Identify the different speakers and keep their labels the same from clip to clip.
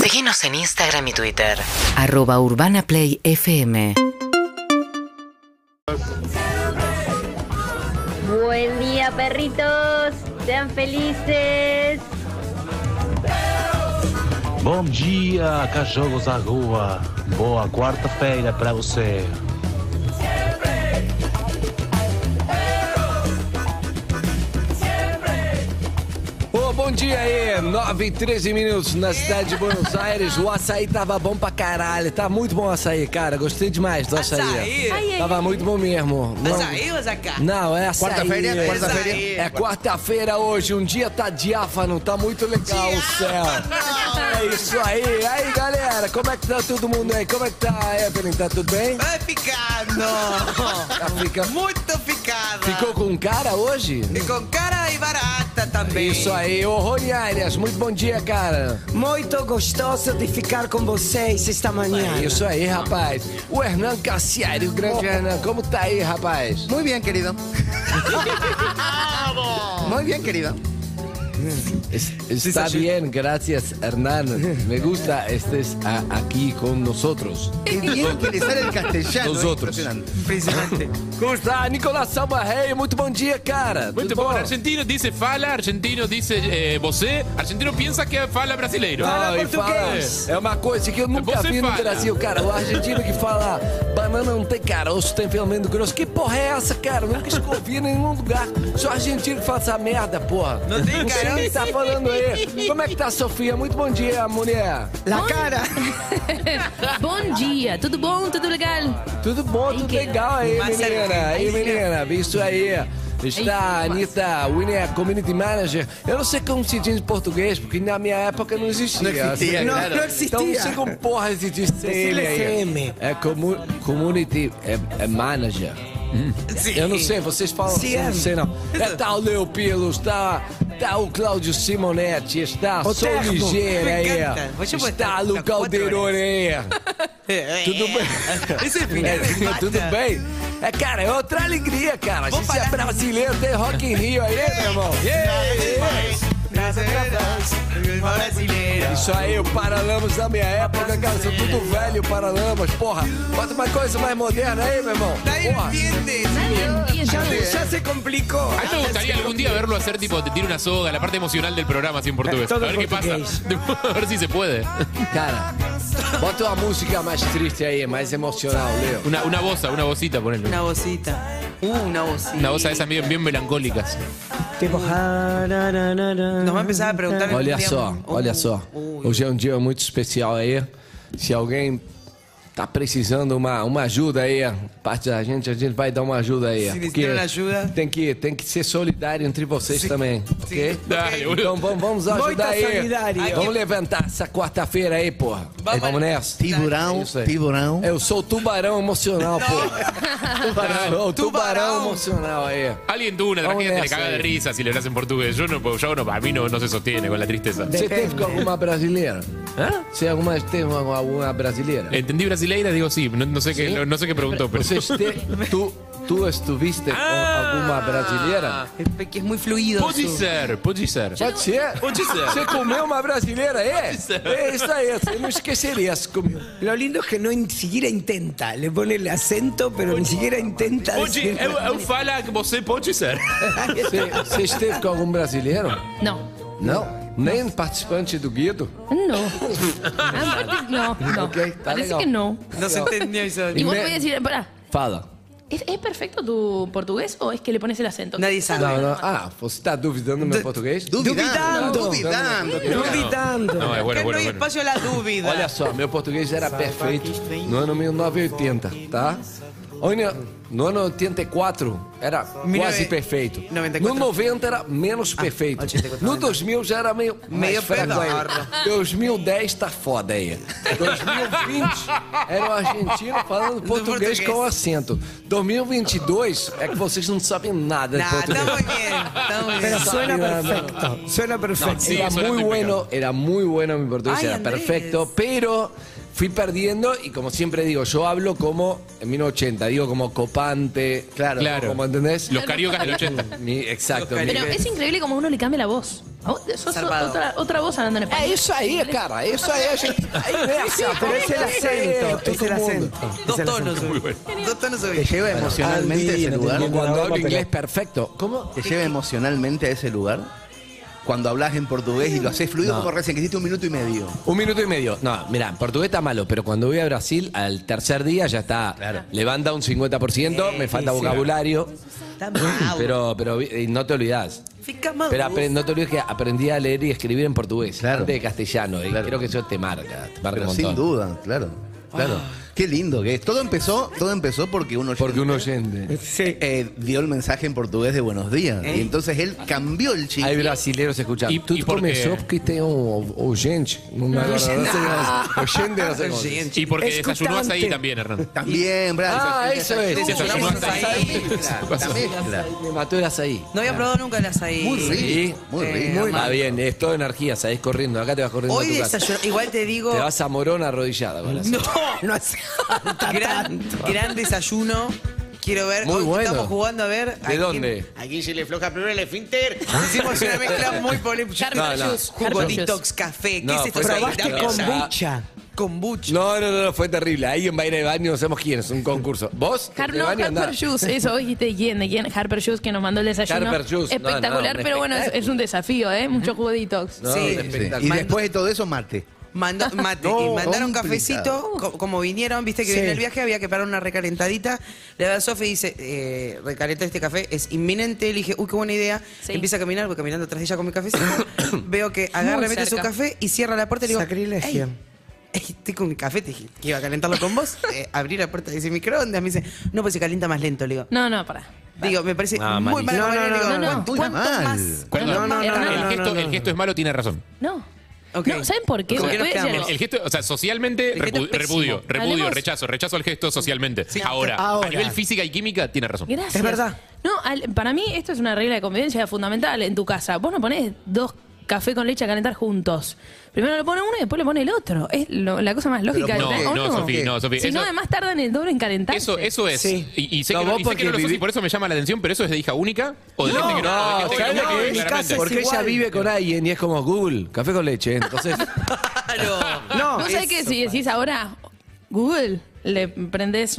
Speaker 1: Seguinos en Instagram y Twitter.
Speaker 2: Arroba Urbana Play FM.
Speaker 3: Buen día, perritos. Sean felices.
Speaker 4: Bom dia, cachorros da rua. Boa quarta-feira para você.
Speaker 5: Ô, bom dia aí, 9 e 13 minutos na cidade de Buenos Aires. O açaí tava bom pra caralho, tá muito bom o açaí, cara. Gostei demais do açaí.
Speaker 6: Açaí? Ai,
Speaker 5: Tava muito bom mesmo. Não-
Speaker 6: Açaí ou Zacá?
Speaker 5: Não, é açaí.
Speaker 7: Quarta-feira,
Speaker 5: é
Speaker 7: quarta-feira.
Speaker 5: açaí. É quarta-feira hoje, um dia tá diáfano, tá muito legal o céu. É isso aí. Aí, galera, como é que tá todo mundo aí? Como é que tá, Evelyn? Tá tudo bem?
Speaker 6: Vai ficando.
Speaker 5: Tá fica-
Speaker 6: Muito ficada.
Speaker 5: Ficou com cara hoje?
Speaker 6: Ficou cara e barata também.
Speaker 5: Isso aí, ô Rony Arias, muito bom dia, cara.
Speaker 8: Muito gostoso de ficar com vocês esta manhã.
Speaker 5: Isso aí, rapaz. O Hernan Cassiari, o grande Hernan, como tá aí, rapaz?
Speaker 7: Muy bien, querido. Muy bien, querido.
Speaker 5: Está bien, gracias, Hernán. Me gusta estés a- aquí con nosotros.
Speaker 7: Y utilizar el castellano. ¿eh?
Speaker 5: Los
Speaker 7: es
Speaker 5: otros.
Speaker 7: impresionante.
Speaker 6: Impressionante.
Speaker 5: Como está, Nicolás Salvarrey? Muito bom dia, cara.
Speaker 9: Muito
Speaker 5: Tudo
Speaker 9: bom. Argentino dice fala, argentino dice eh, você, argentino pensa que fala brasileiro.
Speaker 5: Não, e fala,
Speaker 9: português.
Speaker 5: é uma coisa que eu nunca
Speaker 9: Você
Speaker 5: vi no
Speaker 9: fala.
Speaker 5: Brasil, cara. O argentino que fala banana não tem caroço, tem fermento grosso. Que porra é essa, cara? Eu nunca escovi em nenhum lugar. Só argentino que fala essa merda, porra.
Speaker 6: Não
Speaker 5: Não sei
Speaker 6: tem
Speaker 5: o que
Speaker 6: garoto.
Speaker 5: tá falando aí. Como é que tá, Sofia? Muito bom dia, mulher.
Speaker 7: La cara.
Speaker 10: Bom dia, tudo bom, tudo legal?
Speaker 5: Tudo bom, tudo legal aí,
Speaker 6: Mas é-
Speaker 5: menina. Aí,
Speaker 6: aí,
Speaker 5: menina, visto aí. Está a Anitta Winner, Community Manager. Eu não sei como se diz em português, porque na minha época não existia.
Speaker 7: Não existia,
Speaker 5: Assim,
Speaker 7: claro.
Speaker 8: Não existia.
Speaker 5: Então, sei como porra se diz CM aí.
Speaker 8: CM.
Speaker 5: É Eh, comu Community é, é Manager.
Speaker 6: Sim.
Speaker 5: Eu não sei, vocês falam assim,
Speaker 8: CM.
Speaker 5: não sei não. É, tá o Leo Pilo, está, tá o Cláudio Simonetti, está a
Speaker 8: Ô,
Speaker 5: Sol
Speaker 8: Termo.
Speaker 5: Ligeira aí.
Speaker 6: Me encanta. Vou te
Speaker 5: Está
Speaker 6: botar
Speaker 5: Lu
Speaker 6: quatro horas. É,
Speaker 5: Calderone aí. Tudo bem.
Speaker 6: Esse filho
Speaker 5: É,
Speaker 6: é
Speaker 5: tudo bem? É, cara, é outra alegria, cara. A
Speaker 6: Vamos
Speaker 5: gente é
Speaker 6: parar.
Speaker 5: brasileiro, tem Rock in Rio aí, meu irmão.
Speaker 6: Brasileiro.
Speaker 5: Isso aí, o Paralamas da minha época, cara, sou tudo velho, Paralamas, porra. Bota uma coisa mais moderna aí, meu irmão.
Speaker 6: Nadie
Speaker 5: Porra.
Speaker 6: entiende.
Speaker 8: Já, já se complicou.
Speaker 9: A mí me gustaría algún día verlo hacer tipo te tiro una soga, la parte emocional del programa así en portugués. A
Speaker 8: Todo en
Speaker 9: ver qué pasa.
Speaker 8: portugués.
Speaker 9: A ver si se puede.
Speaker 5: Cara, bota uma música mais triste aí, mais emocional, Leo.
Speaker 9: Una, una bosa, una bocita, ponele.
Speaker 6: Una vocita. Uh, una vocita.
Speaker 9: Una bosa de esas bien, bien melancólicas.
Speaker 8: Tipo, ah, na, na, na, na.
Speaker 6: Nos va a empezar a preguntar.
Speaker 5: Olha
Speaker 6: Tem
Speaker 5: só,
Speaker 6: um-
Speaker 5: olha só.
Speaker 6: Ui.
Speaker 5: Hoje é um dia muito especial aí. Se alguém tá precisando uma, uma ajuda aí, parte da gente, a gente vai dar uma ajuda aí.
Speaker 6: Se
Speaker 5: porque
Speaker 6: necessitarem ajuda.
Speaker 5: Tem que, tem que ser solidário entre vocês também, ok?
Speaker 9: Dale,
Speaker 5: Então
Speaker 9: boludo.
Speaker 5: vamos, vamos ajudar
Speaker 8: Muita
Speaker 5: aí.
Speaker 8: solidária.
Speaker 5: Vamos
Speaker 6: é-
Speaker 5: levantar essa quarta-feira aí, porra. Aí, Vamos,
Speaker 6: Vamos-
Speaker 5: nessa. É
Speaker 7: Tiburão,
Speaker 5: Isso aí.
Speaker 7: tiburão.
Speaker 5: Eu sou o tubarão emocional, porra. tubarão. Sou o tubarão
Speaker 6: Tubarão.
Speaker 5: emocional aí.
Speaker 9: Alguien tuvo una
Speaker 5: Vamos
Speaker 9: tragedia que le
Speaker 5: nessa
Speaker 9: caga de
Speaker 5: aí.
Speaker 9: risa si le hablas en português. Yo no puedo, yo no, a mí no, no se sostiene con la tristeza.
Speaker 5: Você teve com alguma brasileira? Hã? Você alguma, teve alguma, alguma brasileira?
Speaker 9: Entendí brasileira, digo sí, no, no sé qué, no, no sé qué preguntó, pero. Ah.
Speaker 5: Você este- tu, tu estuviste com alguma brasileira?
Speaker 6: Es pe- que es muy fluido.
Speaker 9: Puede
Speaker 6: su-
Speaker 9: ser, puede ser.
Speaker 5: Pode
Speaker 8: ¿eh?
Speaker 5: ser.
Speaker 9: Pode ser.
Speaker 5: Você comeu uma brasileira, é?
Speaker 9: ser.
Speaker 5: É isso aí, você não esqueceria se comeu.
Speaker 8: Lo lindo es que no ni siquiera intenta. Le pone el acento, pero ni siquiera intenta.
Speaker 9: Pode,
Speaker 8: decir-
Speaker 9: eu, eu fala que você pode ser.
Speaker 5: Você, você esteve com algum brasileiro?
Speaker 10: Não,
Speaker 5: Não. Nem participante do Guido?
Speaker 10: não. Aparte, não, não.
Speaker 5: Ok, tá
Speaker 10: Parece
Speaker 5: legal.
Speaker 10: que não.
Speaker 6: No se entendió eso.
Speaker 10: E vos
Speaker 5: Me-
Speaker 10: me... decir, pará,
Speaker 5: Fala.
Speaker 10: ¿es, ¿es perfecto tu portugués o es que le pones el acento?
Speaker 6: Nadie sabe.
Speaker 5: Não, não. Ah, você está duvidando do meu português?
Speaker 7: Duvidando.
Speaker 8: Duvidando.
Speaker 7: Duvidando.
Speaker 8: Dudando.
Speaker 5: é,
Speaker 9: No, es bueno,
Speaker 6: Acá no
Speaker 9: bueno,
Speaker 6: hay
Speaker 9: bueno.
Speaker 6: espacio a la duda.
Speaker 5: Olha só, meu português era perfeito no ano 1980, tá? Olha, No ano 84 era quase
Speaker 6: 1994.
Speaker 5: perfeito. No 90 era menos perfeito.
Speaker 6: 84,
Speaker 5: No 2000 já era meio
Speaker 6: Meio
Speaker 5: mais fraco aí.
Speaker 6: pedorro.
Speaker 5: 2010 tá foda aí. 2020 era o argentino falando português
Speaker 6: português.
Speaker 5: com acento. 2022 é que vocês não sabem nada de
Speaker 6: Nah,
Speaker 5: português.
Speaker 6: está muy bien. Está muy
Speaker 8: Pero
Speaker 6: bien.
Speaker 8: suena
Speaker 5: Mira, no.
Speaker 8: perfecto. Suena perfecto.
Speaker 9: Sí,
Speaker 5: era
Speaker 9: eso era
Speaker 5: muy
Speaker 9: impecable.
Speaker 5: bueno, era muy bueno mi portugués,
Speaker 6: Ay,
Speaker 5: era
Speaker 6: Andrés.
Speaker 5: perfecto, pero fui perdiendo y como siempre digo, yo hablo como en 1980, digo como copante, claro,
Speaker 9: Claro.
Speaker 5: como entendés.
Speaker 9: Los cariocas del 80.
Speaker 5: Mi- exacto.
Speaker 6: Los
Speaker 5: mi-
Speaker 10: Pero es increíble como uno le cambia la voz. Oh, sos
Speaker 6: Zarpado.
Speaker 10: otra, otra voz hablando en
Speaker 5: É
Speaker 10: español.
Speaker 5: isso aí, cara. É isso aí, a gente. É inversa,
Speaker 10: Ah,
Speaker 8: Pero es el
Speaker 5: isso aí,
Speaker 8: acento, es
Speaker 5: todo
Speaker 8: el
Speaker 5: mundo.
Speaker 8: acento.
Speaker 6: Dos
Speaker 8: Es el acento.
Speaker 6: tonos. subí. Dos tonos subí.
Speaker 7: Te lleva
Speaker 5: Andy,
Speaker 7: emocionalmente a ese
Speaker 5: no te
Speaker 7: lugar.
Speaker 5: entiendo Cuando hablo inglés perfecto. ¿Cómo?
Speaker 7: Te lleva emocionalmente a ese lugar. Cuando hablas en portugués y lo haces fluido
Speaker 5: No.
Speaker 7: como recién, que hiciste un minuto y medio.
Speaker 5: Un minuto y medio. No, mira, en portugués está malo, pero cuando voy a Brasil, al tercer día ya está. Levanta un 50%, me falta vocabulario.
Speaker 8: Está mal.
Speaker 5: Pero, pero eh, no te olvidás.
Speaker 6: Fica mal.
Speaker 5: Pero apre- no te olvides que aprendí a leer y escribir en portugués,
Speaker 7: Claro.
Speaker 5: antes de castellano. Y
Speaker 7: Claro.
Speaker 5: creo que eso te marca. Te marca
Speaker 7: Pero
Speaker 5: un
Speaker 7: sin
Speaker 5: montón.
Speaker 7: duda, claro. Claro.
Speaker 5: Ah.
Speaker 7: Qué lindo que es. Todo empezó, todo empezó porque uno
Speaker 5: Porque un oyente.
Speaker 8: Sí.
Speaker 7: eh, dio el mensaje en portugués de buenos días. Y entonces él cambió el chip.
Speaker 5: Hay brasileños escuchando.
Speaker 9: Y-
Speaker 5: Eh. ¿Y, tú
Speaker 9: y porque-
Speaker 5: começou porque tem um oyente. No me acuerdo, no sé cómo es. Oyente, no sé cómo es.
Speaker 9: Y porque
Speaker 8: Escutante.
Speaker 9: desayunás ahí también, Hernán.
Speaker 7: También, Brian.
Speaker 5: Ah, eso es.
Speaker 9: Sí,
Speaker 5: Eso
Speaker 9: desayunamos
Speaker 5: es.
Speaker 9: ahí.
Speaker 7: La mezcla.
Speaker 5: Me mató el azaí.
Speaker 6: No había probado nunca el azaí. eh,
Speaker 7: Muy
Speaker 5: Sí.
Speaker 7: rico, muy rico.
Speaker 6: Muy
Speaker 5: Está bien, es toda energía, salís corriendo. Acá te vas corriendo
Speaker 6: Hoy
Speaker 5: a tu casa.
Speaker 6: desayuno. Igual te digo.
Speaker 5: Te vas a Morón arrodillada con la
Speaker 6: No.
Speaker 8: No hace falta
Speaker 6: Gran,
Speaker 8: tanto.
Speaker 6: gran desayuno. Quiero ver.
Speaker 5: Muy
Speaker 6: Hoy
Speaker 5: bueno.
Speaker 6: Estamos jugando a ver. a
Speaker 5: ¿De
Speaker 6: quién-
Speaker 5: dónde?
Speaker 7: Aquí se le floja primero el
Speaker 9: eh.
Speaker 7: esfínter.
Speaker 6: Hicimos una mezcla muy polémica.
Speaker 10: Carmen
Speaker 5: No, no.
Speaker 10: Juice,
Speaker 6: Jugo
Speaker 10: Carmen Juice.
Speaker 6: detox, café. ¿Qué
Speaker 5: No,
Speaker 6: es esto?
Speaker 5: fue
Speaker 8: Probaste
Speaker 5: terrible.
Speaker 6: con
Speaker 8: kombucha.
Speaker 6: Kombucha.
Speaker 5: No, no, no, no, fue terrible. Alguien va a ir al baño, no sabemos quién, es un concurso. ¿Vos?
Speaker 10: Har-
Speaker 5: ¿Te
Speaker 10: no,
Speaker 5: baño? Andá.
Speaker 10: Harper Juice, eso, dijiste de quién, de quién, Harper Juice que nos mandó el desayuno.
Speaker 5: Harper Juice, no, no,
Speaker 10: Espectacular,
Speaker 5: un
Speaker 10: pero bueno, es, es un desafío, ¿eh? Mucho jugo de detox.
Speaker 5: No,
Speaker 6: Sí,
Speaker 5: un espectáculo.
Speaker 7: Y después de todo eso, mate.
Speaker 6: Mandó- mate,
Speaker 7: No,
Speaker 6: y mandaron
Speaker 7: complicado.
Speaker 6: cafecito, co- como vinieron, viste que
Speaker 8: Sí.
Speaker 6: viene el viaje, había que parar una recalentadita. Le da a Sofi y dice, eh, recalenta este café, es inminente. Le dije, uy, qué buena idea.
Speaker 10: Sí.
Speaker 6: Empieza a caminar, voy caminando atrás de ella con mi cafecito. Veo que agarra,
Speaker 10: Muy
Speaker 6: mete su
Speaker 10: cerca.
Speaker 6: café y cierra la puerta y le digo,
Speaker 8: Sacrilegio.
Speaker 6: "Ey, ey, estoy con mi café, te dije que iba a calentarlo con vos. Eh, abrí la puerta, dice microondas. Me dice, no, pues se calienta más lento, le digo.
Speaker 10: No, no, pará.
Speaker 6: Digo, me parece
Speaker 5: Ah,
Speaker 6: muy
Speaker 8: malísimo.
Speaker 6: mala manera.
Speaker 8: No,
Speaker 6: Le digo,
Speaker 10: no, no, no.
Speaker 6: "¿Cuánto-
Speaker 7: Muy
Speaker 6: cuánto
Speaker 7: mal.
Speaker 6: más?
Speaker 9: Perdón,
Speaker 10: No, no, no,
Speaker 9: Hernán,
Speaker 10: no,
Speaker 9: el,
Speaker 10: no,
Speaker 9: gesto,
Speaker 8: no, no.
Speaker 9: el gesto es malo, tiene razón.
Speaker 10: No.
Speaker 6: Ok.
Speaker 10: No, ¿Saben por qué?
Speaker 6: ¿Con qué nos
Speaker 10: Voy a decir
Speaker 6: quedamos?
Speaker 10: algo.
Speaker 9: El gesto, o sea, socialmente
Speaker 6: El gesto
Speaker 9: repu-
Speaker 6: es pésimo.
Speaker 9: repudio, repudio,
Speaker 10: Hablemos-
Speaker 9: rechazo, rechazo al gesto socialmente.
Speaker 6: Sí.
Speaker 9: Ahora,
Speaker 8: Ahora.
Speaker 9: a nivel física y química, tiene razón.
Speaker 10: Gracias.
Speaker 6: Es verdad.
Speaker 10: No, al- para mí esto es una regla de convivencia fundamental en tu casa. Vos no ponés dos café con leche a calentar juntos. Primero lo pone uno y después lo pone el otro. Es lo- la cosa más lógica.
Speaker 7: ¿por
Speaker 10: de
Speaker 7: qué?
Speaker 10: ¿o
Speaker 9: No, Sofi, no, Sofi,
Speaker 10: Si
Speaker 9: eso-
Speaker 10: no, además tardan el doble en calentar.
Speaker 9: Eso, eso es.
Speaker 8: Sí.
Speaker 9: Y, y sé
Speaker 5: No,
Speaker 9: que no,
Speaker 5: vos
Speaker 9: y sé que no
Speaker 5: porque
Speaker 9: lo sos y
Speaker 5: vivi-
Speaker 9: por eso me llama la atención, pero eso es de hija única o de gente que no, de gente que
Speaker 5: ¿sabes
Speaker 9: no,
Speaker 5: lo que es?
Speaker 9: claramente.
Speaker 8: es
Speaker 5: Porque ella
Speaker 8: igual.
Speaker 5: vive con alguien y es como Google, café con leche. Entonces,
Speaker 6: Claro.
Speaker 8: No,
Speaker 10: Vos sabés que si decís ahora Google, le prendes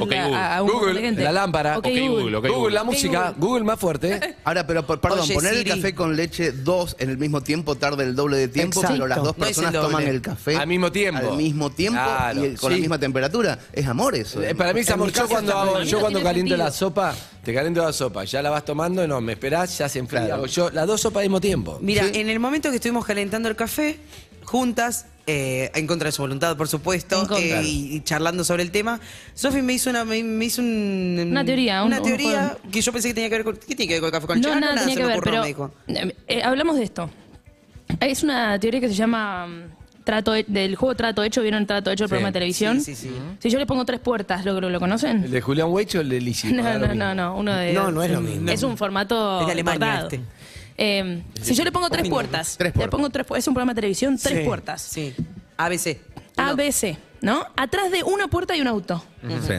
Speaker 9: Ok,
Speaker 10: la-
Speaker 9: Google.
Speaker 10: a, a un
Speaker 5: Google,
Speaker 10: montón de gente.
Speaker 5: la lámpara.
Speaker 10: Ok,
Speaker 9: Ok,
Speaker 10: Google.
Speaker 9: Google, ok,
Speaker 5: Google, la
Speaker 10: Ok,
Speaker 5: música, Google.
Speaker 10: Google.
Speaker 5: más fuerte.
Speaker 7: Ahora, pero por- perdón,
Speaker 6: Oye,
Speaker 7: poner
Speaker 6: Siri.
Speaker 7: el café con leche dos en el mismo tiempo tarda el doble de tiempo,
Speaker 8: Exacto.
Speaker 7: pero las dos
Speaker 6: No es el
Speaker 7: personas
Speaker 6: doble.
Speaker 7: toman el café
Speaker 5: Al mismo tiempo.
Speaker 7: al mismo tiempo
Speaker 5: Claro,
Speaker 7: y el- con
Speaker 5: sí.
Speaker 7: la misma temperatura. Es amor eso.
Speaker 5: Eh, Para mí,
Speaker 7: En mi
Speaker 5: Samuel, yo
Speaker 7: casa
Speaker 5: cuando,
Speaker 7: está
Speaker 5: hago-
Speaker 10: muy bien.
Speaker 5: yo cuando
Speaker 10: Tiene
Speaker 5: caliento la
Speaker 10: sentido.
Speaker 5: sopa, te caliento la sopa, ya la vas tomando, no, me esperás, ya se enfría. Hago Yo, las dos sopas al mismo tiempo.
Speaker 6: Mira, en el momento que estuvimos calentando el café, juntas, eh, en contra de su voluntad, por
Speaker 10: En
Speaker 6: supuesto,
Speaker 10: contra.
Speaker 6: eh, y, y charlando sobre el tema, Sofi me hizo una, me, me hizo un-
Speaker 10: Una teoría, un-
Speaker 6: una
Speaker 10: un
Speaker 6: teoría
Speaker 10: juego.
Speaker 6: que yo pensé que tenía que ver con, ¿qué tiene que ver con el café con leche?
Speaker 10: No,
Speaker 6: Ah,
Speaker 10: nada, tenía
Speaker 6: se
Speaker 10: que
Speaker 6: me
Speaker 10: ver,
Speaker 6: ocurrió,
Speaker 10: pero
Speaker 6: me dijo.
Speaker 10: eh, eh, hablamos de esto. Es una teoría que se llama mm, trato he- del juego Trato Hecho. ¿Vieron Trato Hecho, el programa de televisión?
Speaker 6: Sí, sí, sí.
Speaker 10: Si yo le pongo tres puertas, ¿lo, lo, lo conocen?
Speaker 5: ¿El de Julián Weich o el de Lizzie?
Speaker 10: No, no, no, no, uno de Mm,
Speaker 8: No, no es lo mismo.
Speaker 10: Es un formato
Speaker 6: Es de Alemania
Speaker 10: importado.
Speaker 6: este.
Speaker 10: Eh, si yo le pongo tres puertas,
Speaker 7: Tres
Speaker 10: le pongo tres pu- es un programa de televisión, tres
Speaker 8: Sí,
Speaker 10: puertas.
Speaker 6: Sí. ABC.
Speaker 10: A, B, C, ¿no? Atrás de una puerta hay un auto.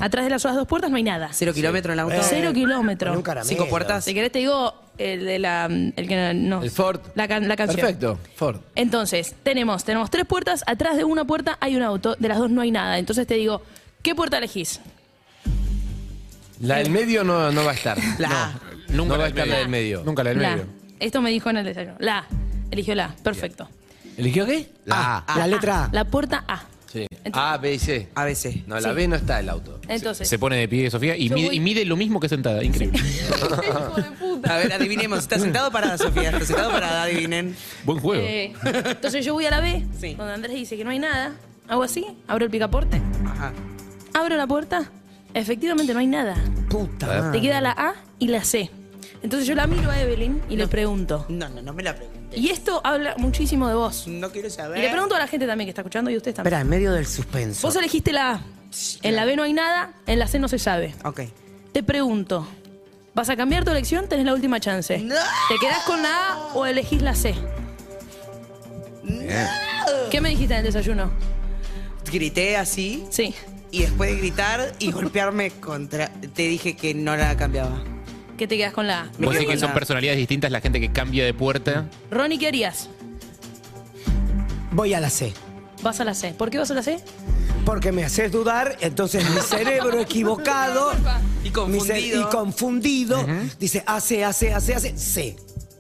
Speaker 10: Atrás de las otras dos puertas no hay nada.
Speaker 6: Cero kilómetro en el auto.
Speaker 10: Cero kilómetro.
Speaker 8: Con un caramelo.
Speaker 6: Cinco puertas.
Speaker 10: Si querés te digo el de la mm, el que no.
Speaker 5: El Ford.
Speaker 10: La, can- la canción.
Speaker 5: Perfecto, Ford.
Speaker 10: Entonces, tenemos, tenemos tres puertas, atrás de una puerta hay un auto, de las dos no hay nada. Entonces te digo, ¿qué puerta elegís?
Speaker 5: La del medio no, no va a estar.
Speaker 6: La
Speaker 5: No, no
Speaker 9: Nunca
Speaker 5: va a
Speaker 9: la
Speaker 5: estar
Speaker 9: del
Speaker 5: la
Speaker 9: medio.
Speaker 5: del medio.
Speaker 9: Nunca la del
Speaker 10: La.
Speaker 9: medio.
Speaker 10: Esto me dijo en el desayuno. La. A. Eligió la. A. Perfecto.
Speaker 5: ¿Eligió qué?
Speaker 7: La A.
Speaker 8: Ah, la letra A.
Speaker 10: La puerta A.
Speaker 5: Sí.
Speaker 10: Entonces-
Speaker 5: A, B y C.
Speaker 6: ABC.
Speaker 5: No, la
Speaker 10: Sí.
Speaker 5: B no está el auto.
Speaker 10: Entonces.
Speaker 9: Se pone de pie Sofía y mide,
Speaker 10: voy-
Speaker 9: y mide lo mismo que sentada. Increíble.
Speaker 10: Hijo de puta.
Speaker 6: A ver, adivinemos. ¿Está sentado o parada, Sofía? ¿Está sentado o parada? Adivinen.
Speaker 9: Buen juego.
Speaker 10: Eh, entonces yo voy a la B,
Speaker 6: Sí.
Speaker 10: donde Andrés dice que no hay nada. Hago así, abro el picaporte,
Speaker 6: Ajá.
Speaker 10: abro la puerta, efectivamente no hay nada.
Speaker 6: Ah,
Speaker 8: Puta.
Speaker 10: Te queda la A y la C. Entonces yo la miro a Evelyn y le pregunto.
Speaker 6: No, no, no me la preguntes.
Speaker 10: Y esto habla muchísimo de vos. Y
Speaker 6: No quiero saber.
Speaker 10: le pregunto a la gente también que está escuchando y ustedes también.
Speaker 8: Espera, en medio del suspenso.
Speaker 10: Vos elegiste la A. En la B no hay nada, en la C no se sabe.
Speaker 6: Ok.
Speaker 10: Te pregunto, ¿vas a cambiar tu elección? Tenés la última chance.
Speaker 6: No.
Speaker 10: ¿Te quedás con la A o elegís la C? ¿Qué me dijiste en el desayuno?
Speaker 6: Grité así.
Speaker 10: Sí.
Speaker 6: Y después de gritar y golpearme contra. Te dije que no la cambiaba.
Speaker 10: ¿Qué te quedas con la A?
Speaker 6: Me
Speaker 9: Vos
Speaker 6: quedo
Speaker 9: decís que
Speaker 6: con
Speaker 9: son
Speaker 6: la-
Speaker 9: personalidades distintas la gente que cambia de puerta.
Speaker 10: Ronnie, ¿qué harías?
Speaker 8: Voy a la C.
Speaker 10: Vas a la C. ¿Por qué vas a la C?
Speaker 8: Porque me haces dudar, entonces mi cerebro equivocado
Speaker 6: Y
Speaker 8: mi cere-
Speaker 6: confundido.
Speaker 8: y confundido dice hace, hace, hace, hace, C.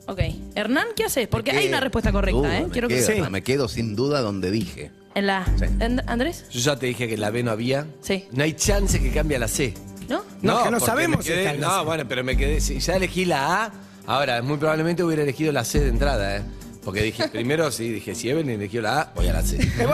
Speaker 10: Ok. Hernán, ¿qué haces? Porque hay
Speaker 7: Quedo
Speaker 10: una respuesta correcta,
Speaker 5: Uh,
Speaker 7: sin duda,
Speaker 10: ¿eh?
Speaker 7: Uh, me
Speaker 10: Quiero que
Speaker 7: quedo,
Speaker 10: sepas.
Speaker 7: Me quedo sin duda donde dije.
Speaker 10: En la A.
Speaker 7: Sí.
Speaker 10: And- ¿Andrés?
Speaker 5: Yo ya te dije que la B no había.
Speaker 10: Sí.
Speaker 5: No hay chance que cambie a la C.
Speaker 10: ¿No?
Speaker 8: No, que no
Speaker 5: porque
Speaker 8: sabemos
Speaker 5: me
Speaker 8: si
Speaker 5: quedé-
Speaker 8: está en la
Speaker 5: No,
Speaker 8: C.
Speaker 5: bueno, pero me quedé. Si ya elegí la A, ahora muy probablemente hubiera elegido la C de entrada, ¿eh? Porque dije, primero sí, dije, si Evelyn eligió la A, voy a la C.
Speaker 10: Eh,
Speaker 5: pero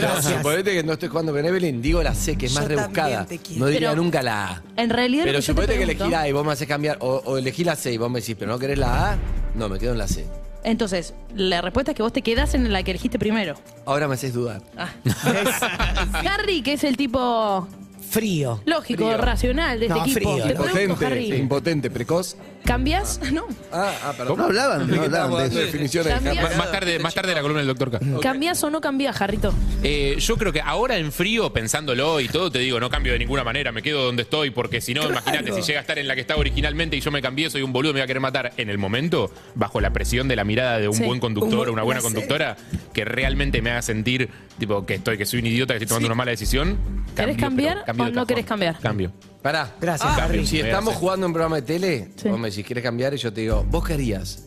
Speaker 8: gracias.
Speaker 5: suponete que no estoy jugando con Evelyn, digo la C, que es
Speaker 6: Yo
Speaker 5: más rebuscada.
Speaker 6: también te quiero.
Speaker 5: No diría
Speaker 10: Pero-
Speaker 5: nunca la A.
Speaker 10: En realidad, lo
Speaker 5: Pero
Speaker 10: que yo te
Speaker 5: suponete que
Speaker 10: pregunto-
Speaker 5: elegí la A y vos me haces cambiar, o, o elegí la C y vos me decís, pero no querés la A, no, me quedo en la C.
Speaker 10: Entonces, la respuesta es que vos te quedás en la que elegiste primero.
Speaker 5: Ahora me haces dudar.
Speaker 10: Ah.
Speaker 5: Ah.
Speaker 10: Harry, que es el tipo
Speaker 8: Frío.
Speaker 10: lógico, racional de este
Speaker 8: No,
Speaker 10: equipo.
Speaker 8: frío,
Speaker 10: te
Speaker 8: no.
Speaker 10: pregunto, Harry.
Speaker 5: impotente, precoz.
Speaker 10: ¿Cambiás? No.
Speaker 5: Ah, ah, perdón.
Speaker 7: ¿Cómo hablaban?
Speaker 5: Pensé
Speaker 7: No
Speaker 5: que
Speaker 7: hablaban
Speaker 5: estábamos
Speaker 7: de
Speaker 5: dando
Speaker 7: eso.
Speaker 5: definiciones.
Speaker 10: Cambiar-
Speaker 5: Jamás-
Speaker 9: Ma- Más tarde, más tarde la columna del doctor K.
Speaker 10: ¿Cambiás o no cambiás, Harrito?
Speaker 9: Eh, yo creo que ahora en frío, pensándolo y todo, te digo, no cambio de ninguna manera, me quedo donde estoy, porque si no, imagínate, si llega a estar en la que estaba originalmente y yo me cambié, soy un boludo, me voy a querer matar. En el momento, bajo la presión de la mirada de un
Speaker 10: Sí.
Speaker 9: buen
Speaker 8: Un
Speaker 9: conductor
Speaker 8: buen-
Speaker 9: o una buena
Speaker 8: una
Speaker 9: conductora, que realmente me haga sentir tipo que estoy, que soy un idiota, que estoy tomando una mala decisión.
Speaker 10: ¿Querés
Speaker 9: cambio,
Speaker 10: cambiar
Speaker 9: pero cambio
Speaker 10: o
Speaker 9: de
Speaker 10: no
Speaker 9: cajón.
Speaker 10: querés cambiar?
Speaker 9: Cambio.
Speaker 5: Pará.
Speaker 8: Gracias,
Speaker 5: Ah,
Speaker 9: Harry.
Speaker 5: Si estamos jugando en programa de tele,
Speaker 10: Sí.
Speaker 5: vos me decís, ¿quieres cambiar? Y yo te digo, ¿vos qué harías?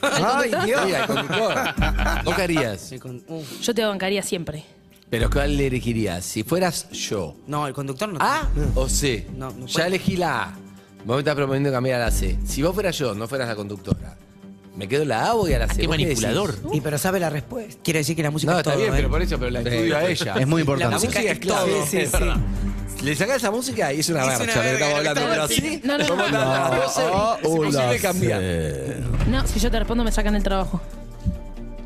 Speaker 8: Ay, Dios.
Speaker 5: Sí, al conductor. ¿Vos qué harías?
Speaker 6: Sí, con- uf.
Speaker 10: Yo te bancaría siempre.
Speaker 5: Pero ¿cuál le elegirías? Si fueras yo,
Speaker 6: No, el conductor no.
Speaker 5: ¿A o C?
Speaker 6: No, no
Speaker 5: ya
Speaker 6: puede.
Speaker 5: elegí la A. Vos me estás proponiendo cambiar a la C. Si vos fueras yo, no fueras la conductora. ¿Me quedo en la A o voy a la C?
Speaker 9: qué
Speaker 5: ¿Vos decís?
Speaker 9: manipulador.
Speaker 8: Y pero sabe la respuesta.
Speaker 6: Quiere decir que la música
Speaker 5: No,
Speaker 6: es
Speaker 5: está
Speaker 6: todo.
Speaker 5: bien,
Speaker 6: ¿eh?
Speaker 5: pero por eso, pero la estudio a ella.
Speaker 7: Es muy
Speaker 5: La
Speaker 7: importante.
Speaker 5: música es clave.
Speaker 6: todo. Sí, sí, sí.
Speaker 5: Le sacás la música y es una
Speaker 6: Es una
Speaker 5: verga lo que
Speaker 6: verga
Speaker 5: estamos
Speaker 6: lo que
Speaker 5: hablando. Pero
Speaker 6: estamos
Speaker 5: así,
Speaker 10: No, no,
Speaker 5: ¿cómo
Speaker 10: no.
Speaker 5: están a las 12?
Speaker 7: No,
Speaker 5: es imposible
Speaker 7: hola,
Speaker 5: cambiar.
Speaker 10: No, si yo te respondo, me sacan el trabajo.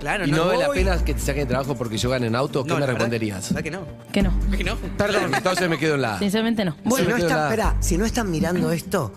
Speaker 6: Claro,
Speaker 5: Y
Speaker 6: no,
Speaker 5: no vale la
Speaker 6: voy.
Speaker 5: pena que te saquen de trabajo porque yo gane en auto, ¿qué
Speaker 6: No,
Speaker 5: me
Speaker 6: la verdad-
Speaker 5: responderías?
Speaker 6: la verdad
Speaker 10: Que no.
Speaker 6: que no. Que no.
Speaker 5: Perdón, entonces me quedo en la. A.
Speaker 10: Sinceramente, no.
Speaker 8: si,
Speaker 5: me
Speaker 8: no
Speaker 5: quedo
Speaker 8: están,
Speaker 5: nada.
Speaker 8: esperá, si no están mirando esto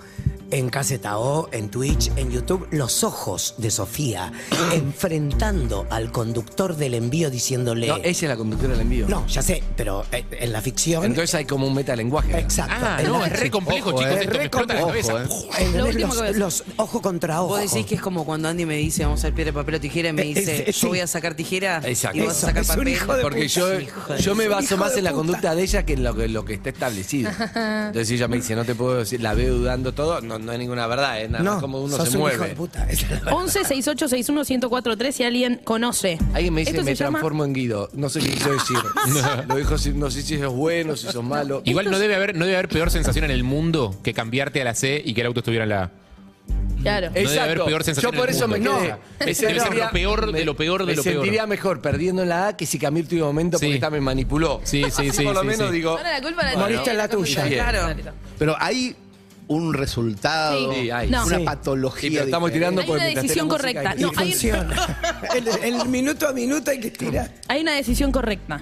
Speaker 8: en Caseta O, en Twitch, en YouTube, los ojos de Sofía enfrentando al conductor del envío diciéndole.
Speaker 5: No,
Speaker 8: No,
Speaker 5: ella es la conductora del envío.
Speaker 8: ya sé, pero eh, en la ficción.
Speaker 5: Entonces hay como un metalenguaje.
Speaker 8: exacto.
Speaker 9: Ah,
Speaker 8: en
Speaker 9: no,
Speaker 8: la
Speaker 9: es re
Speaker 8: ficción.
Speaker 9: complejo,
Speaker 7: Ojo,
Speaker 9: chicos.
Speaker 7: eh.
Speaker 9: Esto me
Speaker 8: Re
Speaker 9: explota la
Speaker 7: complejo,
Speaker 9: cabeza.
Speaker 7: eh.
Speaker 8: ¿Entendés?
Speaker 10: Lo último que
Speaker 8: los,
Speaker 10: ves.
Speaker 8: los ojo contra ojo.
Speaker 6: Vos decís que es como cuando Andy me dice, vamos a hacer piedra, papel o tijera, y me
Speaker 8: Eh,
Speaker 6: dice,
Speaker 8: eh, sí.
Speaker 6: yo voy a sacar tijera
Speaker 5: Exacto.
Speaker 6: y vos vas
Speaker 8: Eso,
Speaker 6: a sacar
Speaker 8: es un
Speaker 6: papel.
Speaker 8: hijo de
Speaker 5: Porque
Speaker 8: puta.
Speaker 5: yo,
Speaker 6: Hijo de
Speaker 5: yo me
Speaker 8: puta.
Speaker 5: baso
Speaker 8: Hijo
Speaker 5: más
Speaker 8: de
Speaker 5: en la
Speaker 8: puta.
Speaker 5: conducta de ella que en lo que, lo que está establecido. Entonces ella me dice, no te puedo decir, la veo dudando todo, no, no hay ninguna verdad, es nada más
Speaker 8: no,
Speaker 5: como uno
Speaker 8: sos
Speaker 5: se
Speaker 8: un hijo de
Speaker 5: mueve.
Speaker 8: puta. Esa es la verdad.
Speaker 10: 11 68 61 1043 si alguien conoce.
Speaker 5: Alguien me dice,
Speaker 10: Esto
Speaker 5: me
Speaker 10: se llama-
Speaker 5: transformo en Guido. No sé qué quiso decir. lo dijo, si- no sé si es bueno, si sos malo.
Speaker 9: Igual no debe haber, no debe haber peor sensación en el mundo que cambiarte a la C y que el auto estuviera en la A.
Speaker 10: Claro.
Speaker 5: Eh.
Speaker 9: debe haber peor sensación
Speaker 5: Yo por
Speaker 9: en el
Speaker 5: eso me
Speaker 9: mundo.
Speaker 5: quedé.
Speaker 9: No,
Speaker 5: Me
Speaker 9: ese debe ser lo peor de lo peor de
Speaker 5: me
Speaker 9: lo peor.
Speaker 5: sentiría mejor perdiendo en la A que si Camil tuvo un momento
Speaker 9: Sí.
Speaker 5: porque esta me manipuló.
Speaker 9: Sí, sí,
Speaker 5: Así
Speaker 9: sí,
Speaker 5: Por lo
Speaker 9: sí,
Speaker 5: menos
Speaker 9: sí.
Speaker 5: digo.
Speaker 10: Ahora la culpa la
Speaker 5: Bueno,
Speaker 10: tenés,
Speaker 8: esta es la
Speaker 10: culpa
Speaker 8: tuya.
Speaker 10: tenés.
Speaker 6: Claro.
Speaker 10: Clarito.
Speaker 7: Pero hay un resultado,
Speaker 10: Sí.
Speaker 5: Sí, hay.
Speaker 10: No.
Speaker 7: una
Speaker 10: Sí.
Speaker 7: patología.
Speaker 5: Sí, pero estamos tirando
Speaker 7: diferente.
Speaker 10: Hay
Speaker 5: por
Speaker 10: una
Speaker 5: mientras
Speaker 10: decisión
Speaker 5: esté la música
Speaker 10: correcta.
Speaker 5: y-
Speaker 10: No,
Speaker 8: Y
Speaker 10: hay-
Speaker 8: funciona. el, el minuto a minuto hay que tirar.
Speaker 10: Hay una decisión correcta.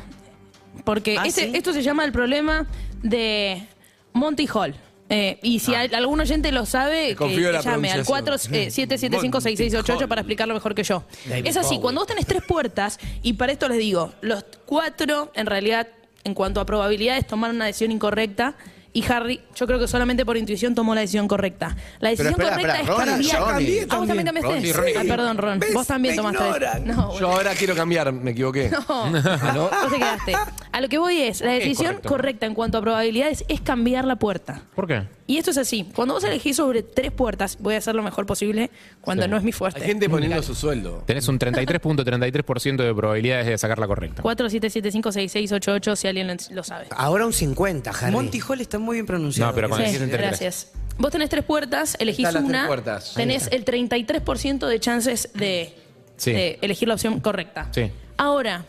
Speaker 10: Porque
Speaker 6: Ah,
Speaker 10: este-
Speaker 6: ¿sí?
Speaker 10: esto se llama el problema de Monty Hall. Eh, y si al- algún oyente lo sabe, que,
Speaker 5: confío en la
Speaker 10: que llame al eh,
Speaker 5: pronunciación.
Speaker 10: 47756688 para explicarlo mejor que yo.
Speaker 8: David
Speaker 10: es así,
Speaker 8: Bowie.
Speaker 10: cuando vos tenés tres puertas, y para esto les digo, los cuatro, en realidad, en cuanto a probabilidades, tomaron una decisión incorrecta. Y Harry, yo creo que solamente por intuición tomó la decisión correcta. La decisión
Speaker 7: espera,
Speaker 10: correcta
Speaker 7: espera,
Speaker 10: es
Speaker 7: Ronnie,
Speaker 10: cambiar.
Speaker 7: Ronnie.
Speaker 10: Ah, vos también
Speaker 8: Ronnie,
Speaker 10: cambiaste.
Speaker 9: Ronnie,
Speaker 10: Ah,
Speaker 9: Ronnie.
Speaker 10: perdón, Ron.
Speaker 8: ¿Ves?
Speaker 10: Vos también
Speaker 8: Me
Speaker 10: tomaste.
Speaker 8: ignoran.
Speaker 10: No, bueno.
Speaker 5: Yo ahora quiero cambiar, me equivoqué. ¿Ah,
Speaker 10: No. Vos te quedaste. A lo que voy es, la decisión
Speaker 9: correcto.
Speaker 10: correcta en cuanto a probabilidades es cambiar la puerta.
Speaker 9: ¿Por qué?
Speaker 10: Y esto es así. Cuando vos elegís sobre tres puertas, voy a hacer lo mejor posible cuando no es mi fuerte.
Speaker 5: Hay gente poniendo su sueldo.
Speaker 9: Tenés un 33.33% de probabilidades de sacarla correcta.
Speaker 10: 47756688 si alguien lo- lo sabe.
Speaker 8: Ahora un 50, Harry.
Speaker 6: Monty Hall está muy bien pronunciado.
Speaker 9: No, pero con-
Speaker 10: Sí,
Speaker 9: dijeron tres.
Speaker 10: gracias. Vos tenés tres puertas, elegís
Speaker 5: Están las tres
Speaker 10: una.
Speaker 5: puertas.
Speaker 10: Tenés el 33% de chances de,
Speaker 9: Sí.
Speaker 10: de elegir la opción correcta.
Speaker 9: Sí.
Speaker 10: Ahora,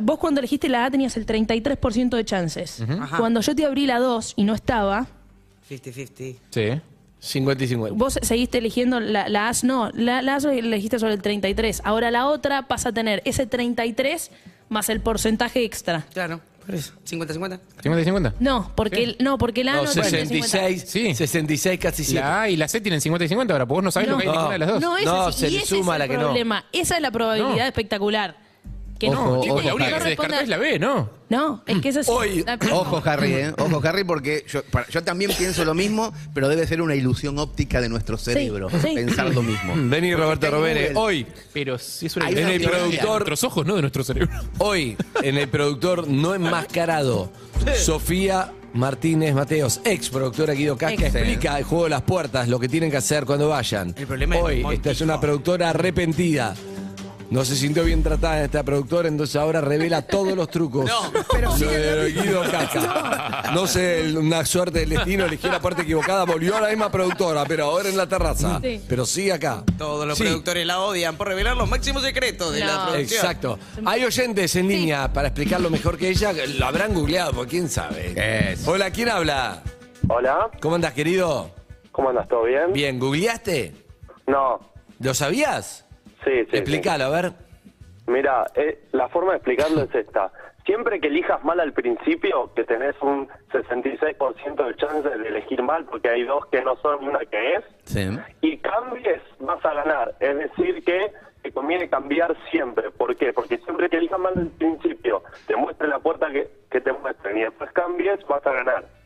Speaker 10: vos cuando elegiste la A tenías el 33% de chances.
Speaker 6: Ajá.
Speaker 10: Cuando yo te abrí la 2 y no estaba,
Speaker 6: 50-50.
Speaker 9: Sí.
Speaker 5: 50 y 50.
Speaker 10: vos seguiste eligiendo la, la A, no, la, la A elegiste sobre el 33. Ahora la otra pasa a tener ese 33 más el porcentaje extra.
Speaker 6: Claro, por eso. 50-50.
Speaker 9: 50 y 50.
Speaker 10: No, porque, el- no, porque la A no,
Speaker 5: No,
Speaker 10: tiene 50.
Speaker 5: 66,
Speaker 9: Sí.
Speaker 5: 66 casi 100.
Speaker 9: La A y la C tienen 50 y 50 ahora, porque vos no sabés
Speaker 10: No.
Speaker 9: lo que hay en ninguna de las dos.
Speaker 10: No, es
Speaker 5: No,
Speaker 10: así.
Speaker 5: se
Speaker 10: y
Speaker 5: le
Speaker 10: ese
Speaker 5: suma
Speaker 10: es
Speaker 5: la
Speaker 10: el
Speaker 5: que no.
Speaker 10: problema. Esa es la probabilidad
Speaker 9: No.
Speaker 10: espectacular. Que no,
Speaker 7: Ojo,
Speaker 9: Chicos,
Speaker 7: ojo,
Speaker 9: la única que se
Speaker 10: Harry.
Speaker 9: descartó es la B, ¿no?
Speaker 10: No, es que eso es.
Speaker 5: Hoy,
Speaker 10: la-
Speaker 7: Ojo, Harry, ¿eh? Ojo, Harry, porque yo, para- yo también pienso lo mismo, pero debe ser una ilusión óptica de nuestro cerebro
Speaker 10: sí.
Speaker 7: pensar lo mismo.
Speaker 5: Vení, Roberto
Speaker 7: Porque
Speaker 5: Robere.
Speaker 7: tengo
Speaker 5: Hoy,
Speaker 7: el-
Speaker 9: Pero si es una
Speaker 7: Ahí
Speaker 9: idea
Speaker 7: en el
Speaker 9: teoría
Speaker 5: productor-
Speaker 9: de nuestros ojos, no de nuestro cerebro.
Speaker 5: hoy, en el productor no enmascarado, Sofía Martínez Mateos, ex productora Guido Casca,
Speaker 7: Ex.
Speaker 5: explica el juego de las puertas, lo que tienen que hacer cuando vayan.
Speaker 6: El problema es
Speaker 5: hoy,
Speaker 6: Montijo.
Speaker 5: esta es una productora arrepentida. No se sintió bien tratada en esta productora, entonces ahora revela todos los trucos.
Speaker 6: No, pero
Speaker 5: Lo
Speaker 6: sigue
Speaker 5: de Guido Casca. No, sé, el- una suerte del destino, eligió la parte equivocada, volvió a la misma productora, pero ahora en la terraza.
Speaker 10: Sí.
Speaker 5: Pero sigue acá.
Speaker 6: Todos los
Speaker 5: Sí.
Speaker 6: productores la odian por revelar los máximos secretos de la
Speaker 10: No.
Speaker 6: producción.
Speaker 5: Exacto. Hay oyentes en línea para explicarlo mejor que ella. Lo habrán googleado, porque quién sabe.
Speaker 7: Eso.
Speaker 5: Hola, ¿quién habla?
Speaker 11: Hola,
Speaker 5: ¿Cómo andas, querido?
Speaker 11: ¿cómo andas? ¿Todo bien?
Speaker 5: Bien, ¿googleaste?
Speaker 11: No,
Speaker 5: ¿Lo sabías?
Speaker 11: sí, sí.
Speaker 5: Explícalo, a ver.
Speaker 11: Mira, la forma de explicarlo es esta. Siempre que elijas mal al principio, que tenés un 66% de chance de elegir mal, porque hay dos que no son y una que es,
Speaker 7: Sí.
Speaker 11: y cambies, vas a ganar. Es decir, que te conviene cambiar siempre. ¿Por qué? Porque siempre que elijas mal al principio, te muestren la puerta que, que te muestren y después cambies, vas a ganar.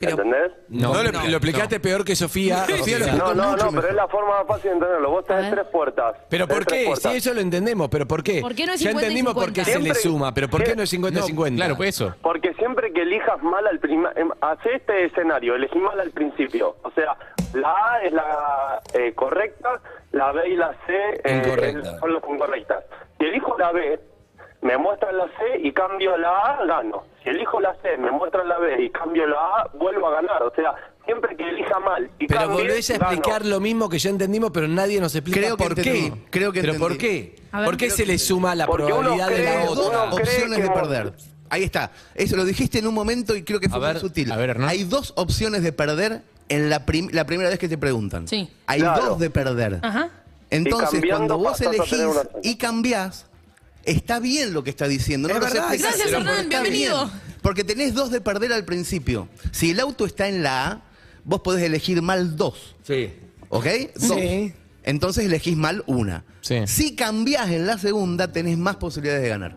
Speaker 6: Pero-
Speaker 11: ¿Entendés?
Speaker 5: No, lo, lo explicaste peor que Sofía. Sofía, lo explicó
Speaker 11: No, no,
Speaker 5: mucho
Speaker 11: no, pero
Speaker 5: mejor.
Speaker 11: es la forma más fácil de entenderlo. Vos
Speaker 10: A
Speaker 11: tenés
Speaker 10: ver.
Speaker 11: tres puertas.
Speaker 5: Pero
Speaker 11: Tenés
Speaker 5: ¿por
Speaker 11: tres
Speaker 5: qué? Sí,
Speaker 11: puertas.
Speaker 5: eso lo entendemos, pero ¿por qué?
Speaker 10: ¿Por qué no es
Speaker 5: ya
Speaker 10: 50 y
Speaker 5: entendimos por qué se le
Speaker 11: Siempre-
Speaker 5: suma, pero ¿por qué no es 50-50?
Speaker 9: Claro, pues eso.
Speaker 11: Porque siempre que elijas mal al prima, em, hace este escenario, elegí mal al principio. O sea, la A es la eh, correcta, la B y la C eh,
Speaker 5: Incorrecta.
Speaker 11: son las incorrectas. Si elijo la B, me muestran la C y cambio la A, gano. Si elijo la C, me muestran la B y cambio la A, vuelvo a ganar. O sea, siempre que elija mal y
Speaker 5: Pero
Speaker 11: cambie,
Speaker 5: volvés a
Speaker 11: gano.
Speaker 5: explicar lo mismo que ya entendimos, pero nadie nos explica
Speaker 7: Creo que
Speaker 5: por
Speaker 7: entendí,
Speaker 5: qué.
Speaker 7: creo que
Speaker 5: ¿Pero por
Speaker 7: entendí.
Speaker 5: qué?
Speaker 10: A ver.
Speaker 5: ¿Por qué se le suma la
Speaker 11: Porque uno
Speaker 5: probabilidad de la
Speaker 11: cree,
Speaker 5: otra?
Speaker 11: uno cree
Speaker 7: opciones
Speaker 11: que
Speaker 7: de
Speaker 11: vos-
Speaker 7: perder. Ahí está. Eso lo dijiste en un momento y creo que fue
Speaker 5: A ver,
Speaker 7: muy sutil.
Speaker 9: a ver, Hernán.
Speaker 7: Hay dos opciones de perder en la, prim- la primera vez que te preguntan.
Speaker 10: Sí.
Speaker 7: Hay
Speaker 11: Claro.
Speaker 7: dos de perder.
Speaker 10: Ajá.
Speaker 7: Entonces,
Speaker 11: Y cambiando
Speaker 7: cuando vos
Speaker 11: pasás a
Speaker 7: elegís
Speaker 11: tener una opción.
Speaker 7: y cambiás, está bien lo que está diciendo. No
Speaker 5: Es
Speaker 7: lo sé
Speaker 5: verdad,
Speaker 7: explicar,
Speaker 10: gracias,
Speaker 7: pero
Speaker 10: Hernán,
Speaker 7: está
Speaker 10: bienvenido.
Speaker 7: bien. Porque tenés dos de perder al principio. Si el auto está en la A, vos podés elegir mal dos.
Speaker 5: Sí.
Speaker 7: ¿Ok?
Speaker 8: Sí.
Speaker 7: Dos. Entonces elegís mal una.
Speaker 9: Sí.
Speaker 7: Si cambiás en la segunda, tenés más posibilidades de ganar.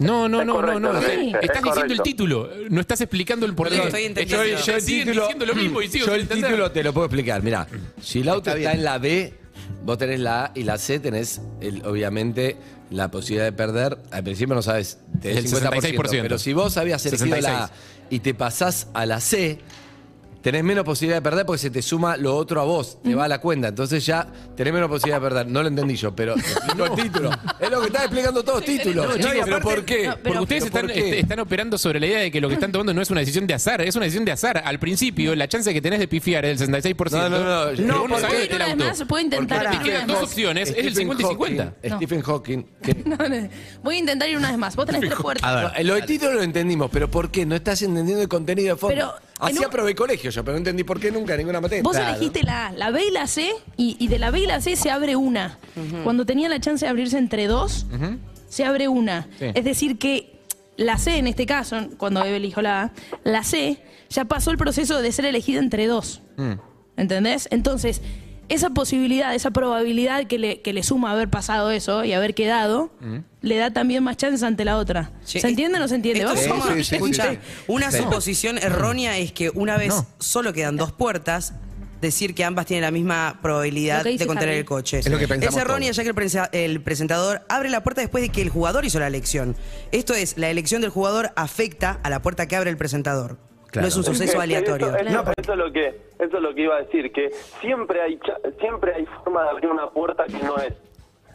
Speaker 9: No, no,
Speaker 11: Es
Speaker 9: no,
Speaker 11: correcto
Speaker 9: no, no.
Speaker 11: lo que
Speaker 9: Estás
Speaker 11: dice, es
Speaker 9: diciendo el
Speaker 11: correcto.
Speaker 9: título, no estás explicando el porqué.
Speaker 6: No lo estoy entendiendo.
Speaker 9: Yo- yo el siguen
Speaker 5: título-
Speaker 9: diciendo lo mismo y
Speaker 5: Yo
Speaker 9: sigo sin
Speaker 5: el
Speaker 9: entender.
Speaker 5: título te lo puedo explicar. Mira, si el auto
Speaker 7: Está
Speaker 5: está,
Speaker 7: bien.
Speaker 5: en la B, vos tenés la A y la C, tenés el- obviamente la posibilidad de perder. Al principio no sabes, tenés
Speaker 9: El
Speaker 5: 50%.
Speaker 9: 66%.
Speaker 5: Pero si vos habías elegido la A y te pasás a la C, tenés menos posibilidad de perder porque se te suma lo otro a vos, te va a la cuenta. Entonces ya tenés menos posibilidad de perder. No lo entendí yo, pero no el título. Es lo que están explicando todos títulos. No,
Speaker 9: No, chicos,
Speaker 5: pero ¿por qué?
Speaker 10: no,
Speaker 9: Porque
Speaker 10: Pero-
Speaker 9: ustedes
Speaker 5: ¿Pero
Speaker 9: están,
Speaker 5: por qué?
Speaker 9: est- están operando sobre la idea de que lo que están tomando no es una decisión de azar, es una decisión de azar. Al principio, la chance que tenés de pifiar es del 66%.
Speaker 5: No, no, no.
Speaker 9: Pero
Speaker 5: No,
Speaker 9: vos
Speaker 5: porque-
Speaker 9: sabés
Speaker 10: ¿Puedo
Speaker 9: que
Speaker 10: ir
Speaker 9: el
Speaker 10: una vez
Speaker 9: auto-
Speaker 10: más? ¿Puedo intentar?
Speaker 9: Porque te quedan dos opciones, es el
Speaker 5: Ah, Stephen
Speaker 9: 50 y 50.
Speaker 5: Hawking, Stephen Hawking. que-
Speaker 10: No, no, Voy a intentar ir una vez más. Vos tenés tres puertas.
Speaker 7: A ver.
Speaker 5: No, Ah, lo del título lo entendimos, pero ¿por qué? No estás entendiendo el contenido de fondo.
Speaker 10: Pero
Speaker 5: Así
Speaker 10: en un-
Speaker 5: aprobé colegio yo, pero no entendí por qué nunca ninguna materia.
Speaker 10: Vos
Speaker 5: Claro.
Speaker 10: elegiste la A, la B y la C, y, y de la B y la C se abre una. Cuando tenía la chance de abrirse entre dos, se abre una.
Speaker 9: Sí.
Speaker 10: Es decir, que la C en este caso, cuando Eve elijo la A, la C ya pasó el proceso de ser elegida entre dos.
Speaker 6: Mm,
Speaker 10: ¿Entendés? Entonces, esa posibilidad, esa probabilidad que le, que le suma haber pasado eso y haber quedado,
Speaker 6: Mm.
Speaker 10: le da también más chances ante la otra.
Speaker 6: Che,
Speaker 10: ¿Se entiende o no se entiende?
Speaker 6: esto
Speaker 10: Vamos
Speaker 6: se
Speaker 10: a-
Speaker 6: llama-
Speaker 7: Sí, sí, sí,
Speaker 6: escucha,
Speaker 7: sí.
Speaker 6: una suposición errónea es que una vez
Speaker 9: No.
Speaker 6: solo quedan dos puertas, decir que ambas tienen la misma probabilidad
Speaker 10: Lo que dice
Speaker 6: de contener
Speaker 10: Harry.
Speaker 6: el coche.
Speaker 7: Es lo que pensamos
Speaker 6: errónea
Speaker 7: todos.
Speaker 6: ya que el, prensa- el presentador abre la puerta después de que el jugador hizo la elección. Esto es, la elección del jugador afecta a la puerta que abre el presentador.
Speaker 7: Claro.
Speaker 6: No es un
Speaker 11: Es
Speaker 6: suceso
Speaker 11: que
Speaker 6: aleatorio.
Speaker 11: Eso, eso- eso es lo que, eso es lo que iba a decir, que siempre hay, cha- siempre hay forma de abrir una puerta que no es.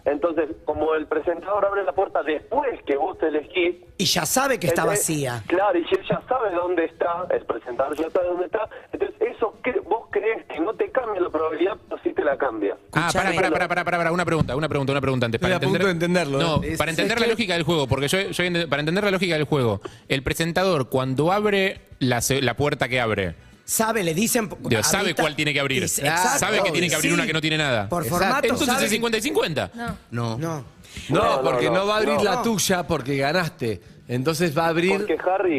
Speaker 11: Entonces, como el presentador abre la puerta después que vos elegís...
Speaker 8: Y ya sabe que está
Speaker 11: ese-
Speaker 8: vacía.
Speaker 11: Claro, y él ya sabe dónde está, el presentador ya sabe dónde está. Entonces, eso que vos crees que no te cambia la probabilidad, pero sí te la cambia.
Speaker 9: Ah, pará,
Speaker 6: Escuchame.
Speaker 9: pará, pará, pará, pará, pará, una pregunta, una pregunta, una pregunta antes.
Speaker 5: Estoy a punto de entenderlo,
Speaker 9: No,
Speaker 5: ¿eh? Es-
Speaker 9: para entender
Speaker 5: es
Speaker 9: la
Speaker 5: que-
Speaker 9: lógica del juego, porque yo, yo ent- para entender la lógica del juego, el presentador cuando abre la, se- la puerta que abre,
Speaker 8: Sabe, le dicen.
Speaker 9: Dios, sabe
Speaker 8: ahorita-
Speaker 9: cuál tiene que abrir,
Speaker 8: Y- exacto.
Speaker 9: sabe que tiene que abrir
Speaker 8: Sí.
Speaker 9: una que no tiene nada.
Speaker 8: Por
Speaker 7: Exacto.
Speaker 8: formato.
Speaker 9: Entonces
Speaker 8: sabe
Speaker 9: es
Speaker 8: que-
Speaker 9: 50 y 50.
Speaker 10: No.
Speaker 7: No.
Speaker 8: No.
Speaker 5: No,
Speaker 11: No, no,
Speaker 5: porque no,
Speaker 11: no,
Speaker 5: va a abrir
Speaker 11: no.
Speaker 5: la tuya porque ganaste. Entonces va a abrir,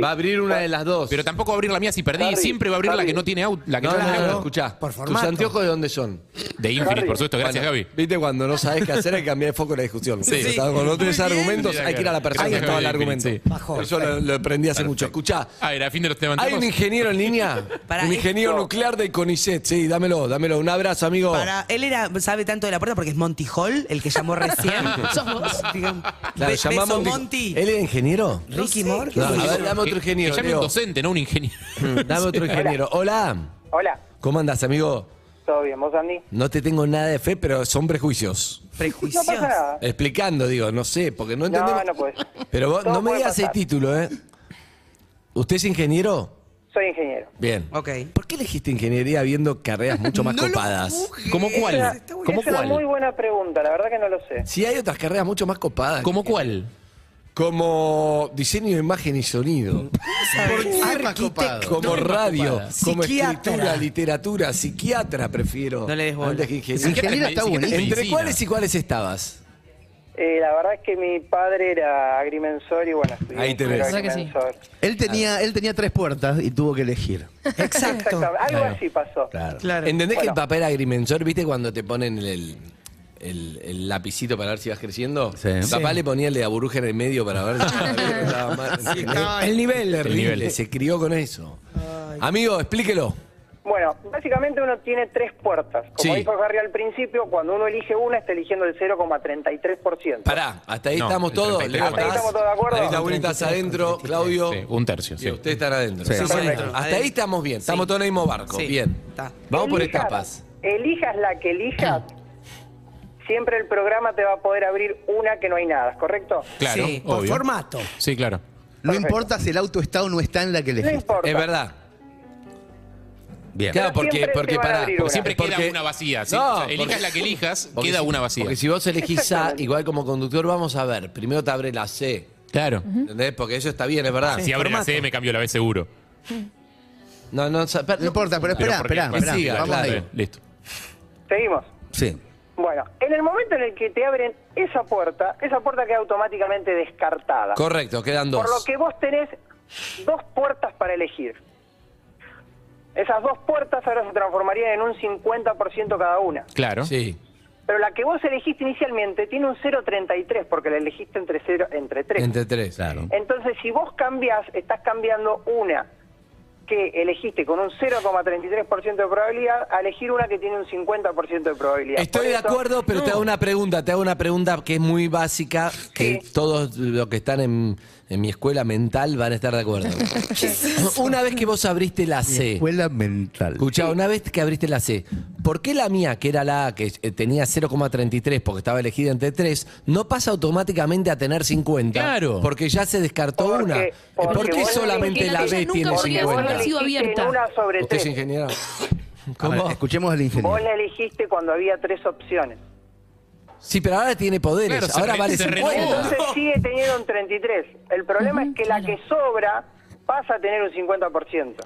Speaker 5: va a abrir una de las dos.
Speaker 9: Pero tampoco va a abrir la mía si perdí.
Speaker 5: Harry,
Speaker 9: Siempre va a abrir la
Speaker 5: Harry.
Speaker 9: que no tiene out. La que
Speaker 5: no,
Speaker 9: no,
Speaker 5: no,
Speaker 9: tiene
Speaker 5: no,
Speaker 9: out.
Speaker 5: escuchá.
Speaker 9: Por
Speaker 5: ¿Tus
Speaker 9: formato.
Speaker 5: anteojos de dónde son?
Speaker 9: De Infinite, por supuesto. Gracias, Gaby.
Speaker 5: Viste cuando no sabes qué hacer hay que cambiar de foco la discusión.
Speaker 9: Sí.
Speaker 5: Estás Con los tres
Speaker 9: Muy bien.
Speaker 5: argumentos
Speaker 9: Mira,
Speaker 5: hay que ir a la persona
Speaker 9: gracias,
Speaker 5: que estaba el
Speaker 9: Gaby,
Speaker 5: argumento.
Speaker 9: sí. Bajó.
Speaker 5: Yo lo, lo aprendí hace mucho. Escuchá,
Speaker 9: Ah, era fin de los temas.
Speaker 5: hay un ingeniero en línea,
Speaker 6: Pará,
Speaker 5: un ingeniero
Speaker 6: esto-
Speaker 5: nuclear de CONICET. Sí, dámelo, dámelo. Un abrazo, amigo.
Speaker 6: Para, él era, sabe tanto de la puerta porque es Monty Hall, el que llamó recién.
Speaker 10: Sos vos.
Speaker 9: Ah,
Speaker 6: Digamos,
Speaker 5: Claro,
Speaker 6: be-
Speaker 5: llamá a
Speaker 6: beso,
Speaker 5: Monti.
Speaker 6: Monty.
Speaker 5: ¿Él era ingeniero?
Speaker 6: Ricky Moore.
Speaker 5: No, a ver, dame otro
Speaker 9: Que-
Speaker 5: ingeniero.
Speaker 9: Que llame
Speaker 5: Leo.
Speaker 9: un docente, no un ingeniero.
Speaker 5: Mm, Dame otro ingeniero. Hola.
Speaker 12: Hola,
Speaker 5: ¿Cómo andás, amigo?
Speaker 12: ¿todo bien? ¿Vos, Andy?
Speaker 5: No te tengo nada de fe, pero son prejuicios.
Speaker 12: No pasa nada.
Speaker 5: Explicando, digo, no sé, porque no entendemos.
Speaker 12: No, pues, no puedes.
Speaker 5: Pero vos
Speaker 12: Todo
Speaker 5: no me
Speaker 12: puede
Speaker 5: digas el
Speaker 12: pasar.
Speaker 5: título, ¿eh? ¿Usted es ingeniero?
Speaker 12: Soy ingeniero.
Speaker 5: Bien.
Speaker 6: Ok.
Speaker 5: ¿Por qué elegiste ingeniería viendo carreras mucho más copadas? ¿Cómo cuál? ¿Cómo
Speaker 12: es una muy
Speaker 5: cuál?
Speaker 12: buena pregunta, la verdad que no lo sé.
Speaker 5: Si hay otras carreras mucho más copadas.
Speaker 9: ¿Cómo cuál?
Speaker 5: Como diseño de imagen y sonido.
Speaker 7: ¿Por qué es más copado?
Speaker 5: Como radio,
Speaker 8: copada.
Speaker 5: como
Speaker 8: Psiquiatra.
Speaker 5: escritura, literatura, psiquiatra prefiero.
Speaker 6: No le des bola.
Speaker 5: Antes que ingeniero.
Speaker 7: Ingeniero está
Speaker 9: buena.
Speaker 5: ¿Entre cuáles y cuáles estabas?
Speaker 12: Eh, la verdad es que mi padre era agrimensor y bueno, estudié
Speaker 5: Ahí te
Speaker 12: ingeniero
Speaker 5: ves.
Speaker 10: La verdad que sí.
Speaker 12: agrimensor.
Speaker 7: Él tenía, él tenía tres puertas y tuvo que elegir.
Speaker 6: Exacto.
Speaker 12: Exacto, algo
Speaker 5: Claro.
Speaker 12: así pasó.
Speaker 6: Claro.
Speaker 5: ¿Entendés que el
Speaker 12: Bueno.
Speaker 5: papel agrimensor, viste cuando te ponen el, el- el lapicito para ver si vas creciendo?
Speaker 7: Sí.
Speaker 5: Papá le ponía el de aburuja en el medio para ver si estaba mal, ¿entendés?
Speaker 8: El nivel.
Speaker 5: Terrible, se crió con eso. Amigo, explíquelo.
Speaker 12: Bueno, básicamente uno tiene tres puertas. Como
Speaker 5: Sí.
Speaker 12: dijo Harry al principio, cuando uno elige una está eligiendo el 0,33%.
Speaker 5: Pará, hasta ahí
Speaker 9: No,
Speaker 5: estamos
Speaker 9: el
Speaker 5: todos.
Speaker 9: 33.
Speaker 5: Leo,
Speaker 9: Hasta ahí
Speaker 5: estás-
Speaker 12: estamos todos de acuerdo.
Speaker 5: Anita Bullrich, estás adentro, Claudio.
Speaker 9: Sí, un tercio,
Speaker 5: Y
Speaker 9: sí.
Speaker 5: ustedes están adentro.
Speaker 7: Sí.
Speaker 5: Estamos
Speaker 6: Perfecto.
Speaker 5: adentro. Hasta ahí estamos bien. Estamos
Speaker 6: Sí.
Speaker 5: todos en el mismo barco.
Speaker 6: Sí.
Speaker 5: Bien.
Speaker 6: Está.
Speaker 5: Vamos por
Speaker 12: Elijas-
Speaker 5: etapas.
Speaker 12: Elijas la que elijas, siempre el programa te va a poder abrir una que no hay nada, ¿correcto?
Speaker 9: Claro,
Speaker 6: sí, por
Speaker 9: obvio.
Speaker 6: formato.
Speaker 9: Sí, claro.
Speaker 7: No
Speaker 12: Perfecto.
Speaker 7: importa si el auto está o no está en la que
Speaker 12: No
Speaker 7: elegiste.
Speaker 12: importa.
Speaker 5: Es verdad. Bien.
Speaker 12: Pero
Speaker 5: Claro, porque,
Speaker 12: siempre
Speaker 5: porque
Speaker 12: te van a
Speaker 5: pará.
Speaker 12: abrir
Speaker 5: porque
Speaker 12: una.
Speaker 9: Siempre
Speaker 5: porque-
Speaker 9: queda una vacía. ¿sí?
Speaker 5: No,
Speaker 9: O sea, elijas
Speaker 5: porque-
Speaker 9: la que elijas,
Speaker 5: porque
Speaker 9: queda
Speaker 5: si-
Speaker 9: una vacía.
Speaker 5: Porque si vos elegís A, igual como conductor, vamos a ver. Primero te abre la C.
Speaker 9: Claro.
Speaker 5: ¿Entendés? Porque eso está bien, es verdad.
Speaker 9: Si abre la
Speaker 6: formato.
Speaker 9: C, me cambio la B seguro.
Speaker 5: No, no, sa- per-
Speaker 7: No importa, pero
Speaker 9: Pero
Speaker 7: espera,
Speaker 9: porque-
Speaker 7: espera,
Speaker 9: que
Speaker 7: espera.
Speaker 5: siga,
Speaker 7: Vamos
Speaker 5: claro.
Speaker 7: ahí.
Speaker 9: Bien, Listo.
Speaker 12: Seguimos.
Speaker 7: Sí.
Speaker 12: Bueno, en el momento en el que te abren esa puerta, esa puerta queda automáticamente descartada.
Speaker 5: Correcto, quedan dos.
Speaker 12: Por lo que vos tenés dos puertas para elegir. Esas dos puertas ahora se transformarían en un 50% cada una.
Speaker 9: Claro.
Speaker 5: Sí.
Speaker 12: Pero la que vos elegiste inicialmente tiene un 0,33 porque la elegiste entre, cero, entre 3.
Speaker 5: Entre tres.
Speaker 7: Claro.
Speaker 12: Entonces, si vos cambiás, estás cambiando una que elegiste con un 0,33% de probabilidad a elegir una que tiene un 50% de probabilidad. Por
Speaker 5: Estoy de
Speaker 12: eso-
Speaker 5: acuerdo, pero te hago una pregunta, te hago una pregunta que es muy básica, que todos los que están en, en mi escuela mental van a estar de acuerdo. una vez que vos abriste la C,
Speaker 7: Escuela mental.
Speaker 5: escuchá, una vez que abriste la C, ¿por qué la mía, que era la A, que eh, tenía 0,33 porque estaba elegida entre 3, no pasa automáticamente a tener 50?
Speaker 9: Claro.
Speaker 5: Porque ya se descartó
Speaker 12: Porque-
Speaker 5: una.
Speaker 12: porque
Speaker 5: ¿Por qué
Speaker 12: vos
Speaker 5: solamente
Speaker 12: elegiste
Speaker 5: la
Speaker 12: que
Speaker 5: B
Speaker 10: nunca
Speaker 5: tiene
Speaker 10: podrías haber
Speaker 5: 50?
Speaker 10: sido
Speaker 12: elegiste
Speaker 10: abierta.
Speaker 12: en una sobre
Speaker 5: ¿Usted es
Speaker 12: tres.
Speaker 5: ingeniero?
Speaker 7: A ver,
Speaker 5: ¿Cómo?
Speaker 7: escuchemos al ingeniero.
Speaker 12: Vos la elegiste cuando había tres opciones.
Speaker 5: Sí, pero ahora tiene poderes,
Speaker 9: Claro, se
Speaker 5: ahora
Speaker 9: re-
Speaker 5: vale
Speaker 9: se
Speaker 5: 50.
Speaker 9: renovó.
Speaker 12: Entonces sigue teniendo un 33. El problema es que la que sobra pasa a tener un 50%.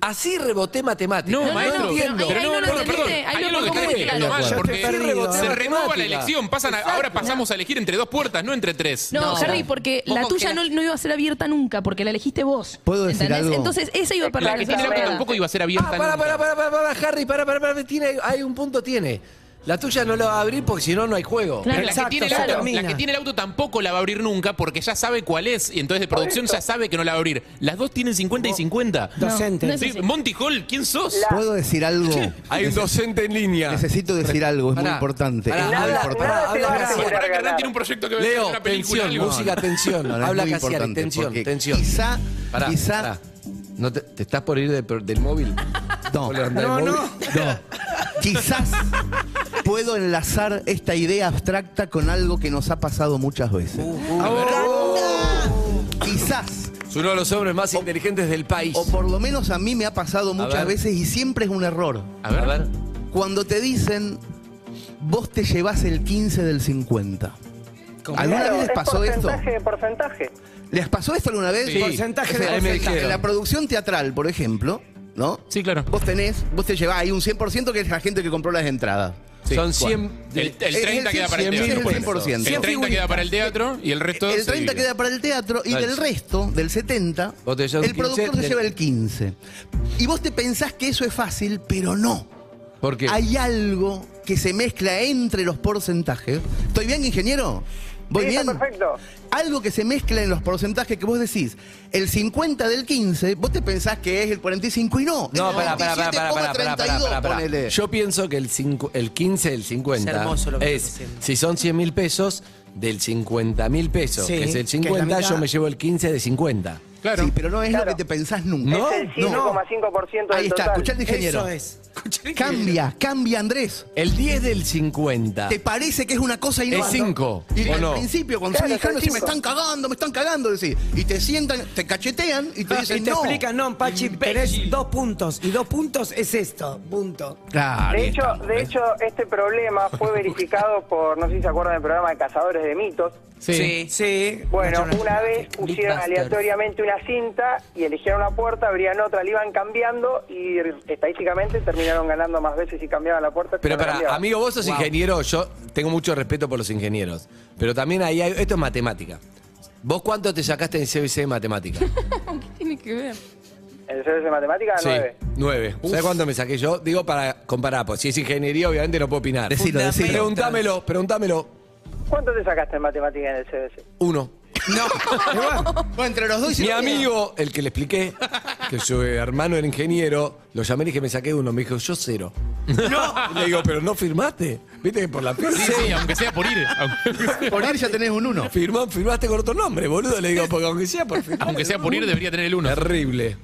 Speaker 5: Así reboté matemáticas.
Speaker 10: No, maestro, pero
Speaker 5: entiendo.
Speaker 10: ahí- ahí no lo
Speaker 9: perdón,
Speaker 10: entendiste,
Speaker 9: perdón.
Speaker 10: ahí
Speaker 9: Hay
Speaker 10: lo
Speaker 9: algo que
Speaker 10: cogí.
Speaker 9: estás explicando mal,
Speaker 7: Yo estoy
Speaker 9: porque
Speaker 5: perdido,
Speaker 9: se
Speaker 5: ¿eh?
Speaker 9: renueva la
Speaker 5: Matemática.
Speaker 9: elección. Pasan a- ahora pasamos a elegir entre dos puertas, no entre tres.
Speaker 10: No, Harry, porque
Speaker 9: Vos
Speaker 10: la
Speaker 9: con
Speaker 10: tuya
Speaker 9: que la-
Speaker 10: no, no iba a ser abierta nunca, porque la elegiste vos.
Speaker 7: ¿Puedo decir algo?
Speaker 10: Entonces, esa iba a
Speaker 9: La que
Speaker 10: perder.
Speaker 9: tiene la
Speaker 12: verdad.
Speaker 9: otra tampoco iba a ser abierta.
Speaker 5: Ah, pará,
Speaker 9: nunca.
Speaker 5: pará, pará, pará, pará, Harry, pará, pará, pará, tiene, hay un punto tiene. La tuya no la va a abrir porque si no, no hay juego.
Speaker 9: Pero
Speaker 10: Claro.
Speaker 9: la, que
Speaker 10: Exacto,
Speaker 9: tiene el
Speaker 10: se
Speaker 9: auto,
Speaker 10: termina.
Speaker 9: la que tiene el auto tampoco la va a abrir nunca porque ya sabe cuál es y entonces de producción ya sabe que no la va a abrir. Las dos tienen 50 y 50.
Speaker 10: Docente. no es
Speaker 9: Sí,
Speaker 10: así.
Speaker 9: Monty Hall, ¿quién sos?
Speaker 12: La-
Speaker 7: ¿Puedo decir algo?
Speaker 5: Hay un docente en línea.
Speaker 7: Necesito decir algo, es muy
Speaker 5: Pará.
Speaker 7: importante.
Speaker 5: Pará,
Speaker 7: es muy
Speaker 5: habla,
Speaker 7: importante.
Speaker 5: pará, habla,
Speaker 12: Nada te va a
Speaker 5: Cassiari.
Speaker 9: Pará,
Speaker 12: asegurar
Speaker 9: que Hernán
Speaker 12: ganar.
Speaker 9: tiene un proyecto que va a hacer
Speaker 5: Leo,
Speaker 9: una película.
Speaker 5: tensión,
Speaker 9: algo.
Speaker 5: música, tensión.
Speaker 7: No, no, es
Speaker 5: habla
Speaker 7: muy
Speaker 5: Casiari,
Speaker 7: importante,
Speaker 5: tensión,
Speaker 7: porque
Speaker 5: tensión.
Speaker 7: Quizá,
Speaker 5: Pará,
Speaker 7: quizá,
Speaker 5: pará. No te, te estás por ir de- del móvil?
Speaker 7: No.
Speaker 5: ¿Por levantar el
Speaker 7: No,
Speaker 5: móvil?
Speaker 7: no. quizás puedo enlazar esta idea abstracta con algo que nos ha pasado muchas veces.
Speaker 5: Uh.
Speaker 7: Quizás,
Speaker 5: Es uno de los hombres más inteligentes del país.
Speaker 7: o por lo menos a mí me ha pasado muchas
Speaker 5: ver.
Speaker 7: veces y siempre es un error.
Speaker 5: A ver.
Speaker 7: Cuando te dicen, vos te llevas el 15 del 50. ¿Alguna
Speaker 12: Claro,
Speaker 7: vez les
Speaker 12: es
Speaker 7: pasó esto?
Speaker 12: porcentaje de porcentaje.
Speaker 7: ¿Les pasó esto alguna vez?
Speaker 5: Sí. Porcentaje de
Speaker 7: O sea,
Speaker 5: porcentaje. Ahí me dijeron.
Speaker 7: En la producción teatral, por ejemplo, ¿no?
Speaker 9: Sí, claro.
Speaker 7: Vos tenés, vos te llevás ahí un 100% que es la gente que compró las entradas.
Speaker 5: Son 100.
Speaker 9: El, el 30 queda para el teatro. El 30 queda para el teatro y el resto.
Speaker 7: Eh, El
Speaker 9: se
Speaker 7: 30
Speaker 9: divide.
Speaker 7: queda para el teatro y
Speaker 9: Dale.
Speaker 7: del resto, del 70,
Speaker 5: Vos te llevas
Speaker 7: el
Speaker 5: un
Speaker 7: productor se
Speaker 5: quince,
Speaker 7: lleva
Speaker 5: del-
Speaker 7: el 15. Y vos te pensás que eso es fácil, pero no.
Speaker 5: ¿Por qué?
Speaker 7: Hay algo que se mezcla entre los porcentajes. ¿Estoy bien, ingeniero? ¿Voy
Speaker 12: Sí, está
Speaker 7: bien?
Speaker 12: perfecto.
Speaker 7: Algo que se mezcla en los porcentajes que vos decís. El 50 del 15, vos te pensás que es el 45 y no.
Speaker 5: No,
Speaker 7: es el
Speaker 5: pará, pará, pará, pará, pará, pará, pará,
Speaker 7: 27,32,
Speaker 5: pará, pará.
Speaker 7: ponele.
Speaker 5: Yo pienso que el, cincu- el 15 del 50
Speaker 7: Es hermoso lo que estás
Speaker 5: es,
Speaker 7: haciendo.
Speaker 5: si son 100 mil pesos, del 50 mil pesos,
Speaker 7: Sí,
Speaker 5: que es
Speaker 7: que
Speaker 5: el
Speaker 7: es la
Speaker 5: 50, yo
Speaker 7: mitad.
Speaker 5: me llevo el 15 de 50.
Speaker 9: Claro.
Speaker 7: Sí, pero no es lo que te pensás nunca.
Speaker 5: No,
Speaker 12: es el 5,5% del
Speaker 7: Ahí está,
Speaker 12: total.
Speaker 7: escuchá al ingeniero.
Speaker 8: Eso es.
Speaker 7: Cambia, cambia Andrés.
Speaker 5: El 10 del 50.
Speaker 7: Te parece que es una cosa y no
Speaker 5: Es
Speaker 7: ¿no?
Speaker 5: cinco,
Speaker 7: Y
Speaker 5: ¿o
Speaker 7: al
Speaker 5: no?
Speaker 7: principio, cuando
Speaker 12: Claro,
Speaker 7: soy
Speaker 12: son
Speaker 7: hijano, decís, me
Speaker 12: cinco.
Speaker 7: están cagando, me están cagando, decís. Y te sientan, te cachetean y te dicen
Speaker 8: Ah, y te
Speaker 7: no. Mm.
Speaker 8: explican, no, Pachi, tenés dos puntos. Y dos puntos es esto, punto.
Speaker 5: Ah,
Speaker 7: Claro.
Speaker 12: De hecho, de hecho, este problema fue verificado por, no sé si se acuerdan del programa de Cazadores de Mitos.
Speaker 8: Sí. Sí.
Speaker 12: Bueno,
Speaker 8: National-
Speaker 12: una vez pusieron
Speaker 8: Busters.
Speaker 12: aleatoriamente una cinta y eligieron una puerta, abrían otra, la iban cambiando y estadísticamente terminaron ganando más veces si cambiaban la puerta. si
Speaker 5: Pero
Speaker 12: no la
Speaker 5: para,
Speaker 12: cambiaban.
Speaker 5: amigo, vos sos ingeniero, yo tengo mucho respeto por los ingenieros. Pero también ahí hay, esto es matemática. ¿Vos cuánto te sacaste en CBC de matemática?
Speaker 10: ¿Qué tiene que ver?
Speaker 12: El servicio de matemáticas,
Speaker 5: Sí,
Speaker 12: 9.
Speaker 5: 9. ¿Sabés cuánto me saqué yo? Digo para comparar, pues si es ingeniería, obviamente no puedo opinar.
Speaker 7: Decilo, decilo.
Speaker 5: Preguntámelo, preguntámelo.
Speaker 12: ¿Cuánto te sacaste en matemáticas en el CBC?
Speaker 5: Uno.
Speaker 7: No. bueno, entre los dos
Speaker 5: Mi
Speaker 7: hicieron-
Speaker 5: amigo, el que le expliqué, que su hermano era ingeniero, lo llamé y dije, me saqué uno. Me dijo, yo cero. No. le digo, pero no firmaste. Viste que por la
Speaker 9: Sí, sí, aunque sea por ir. Aunque,
Speaker 7: Por ir ya tenés un uno.
Speaker 5: Firmó, firmaste con otro nombre, boludo. Le digo, porque aunque sea por firmar.
Speaker 9: aunque sea por ir, debería tener el uno.
Speaker 5: Terrible.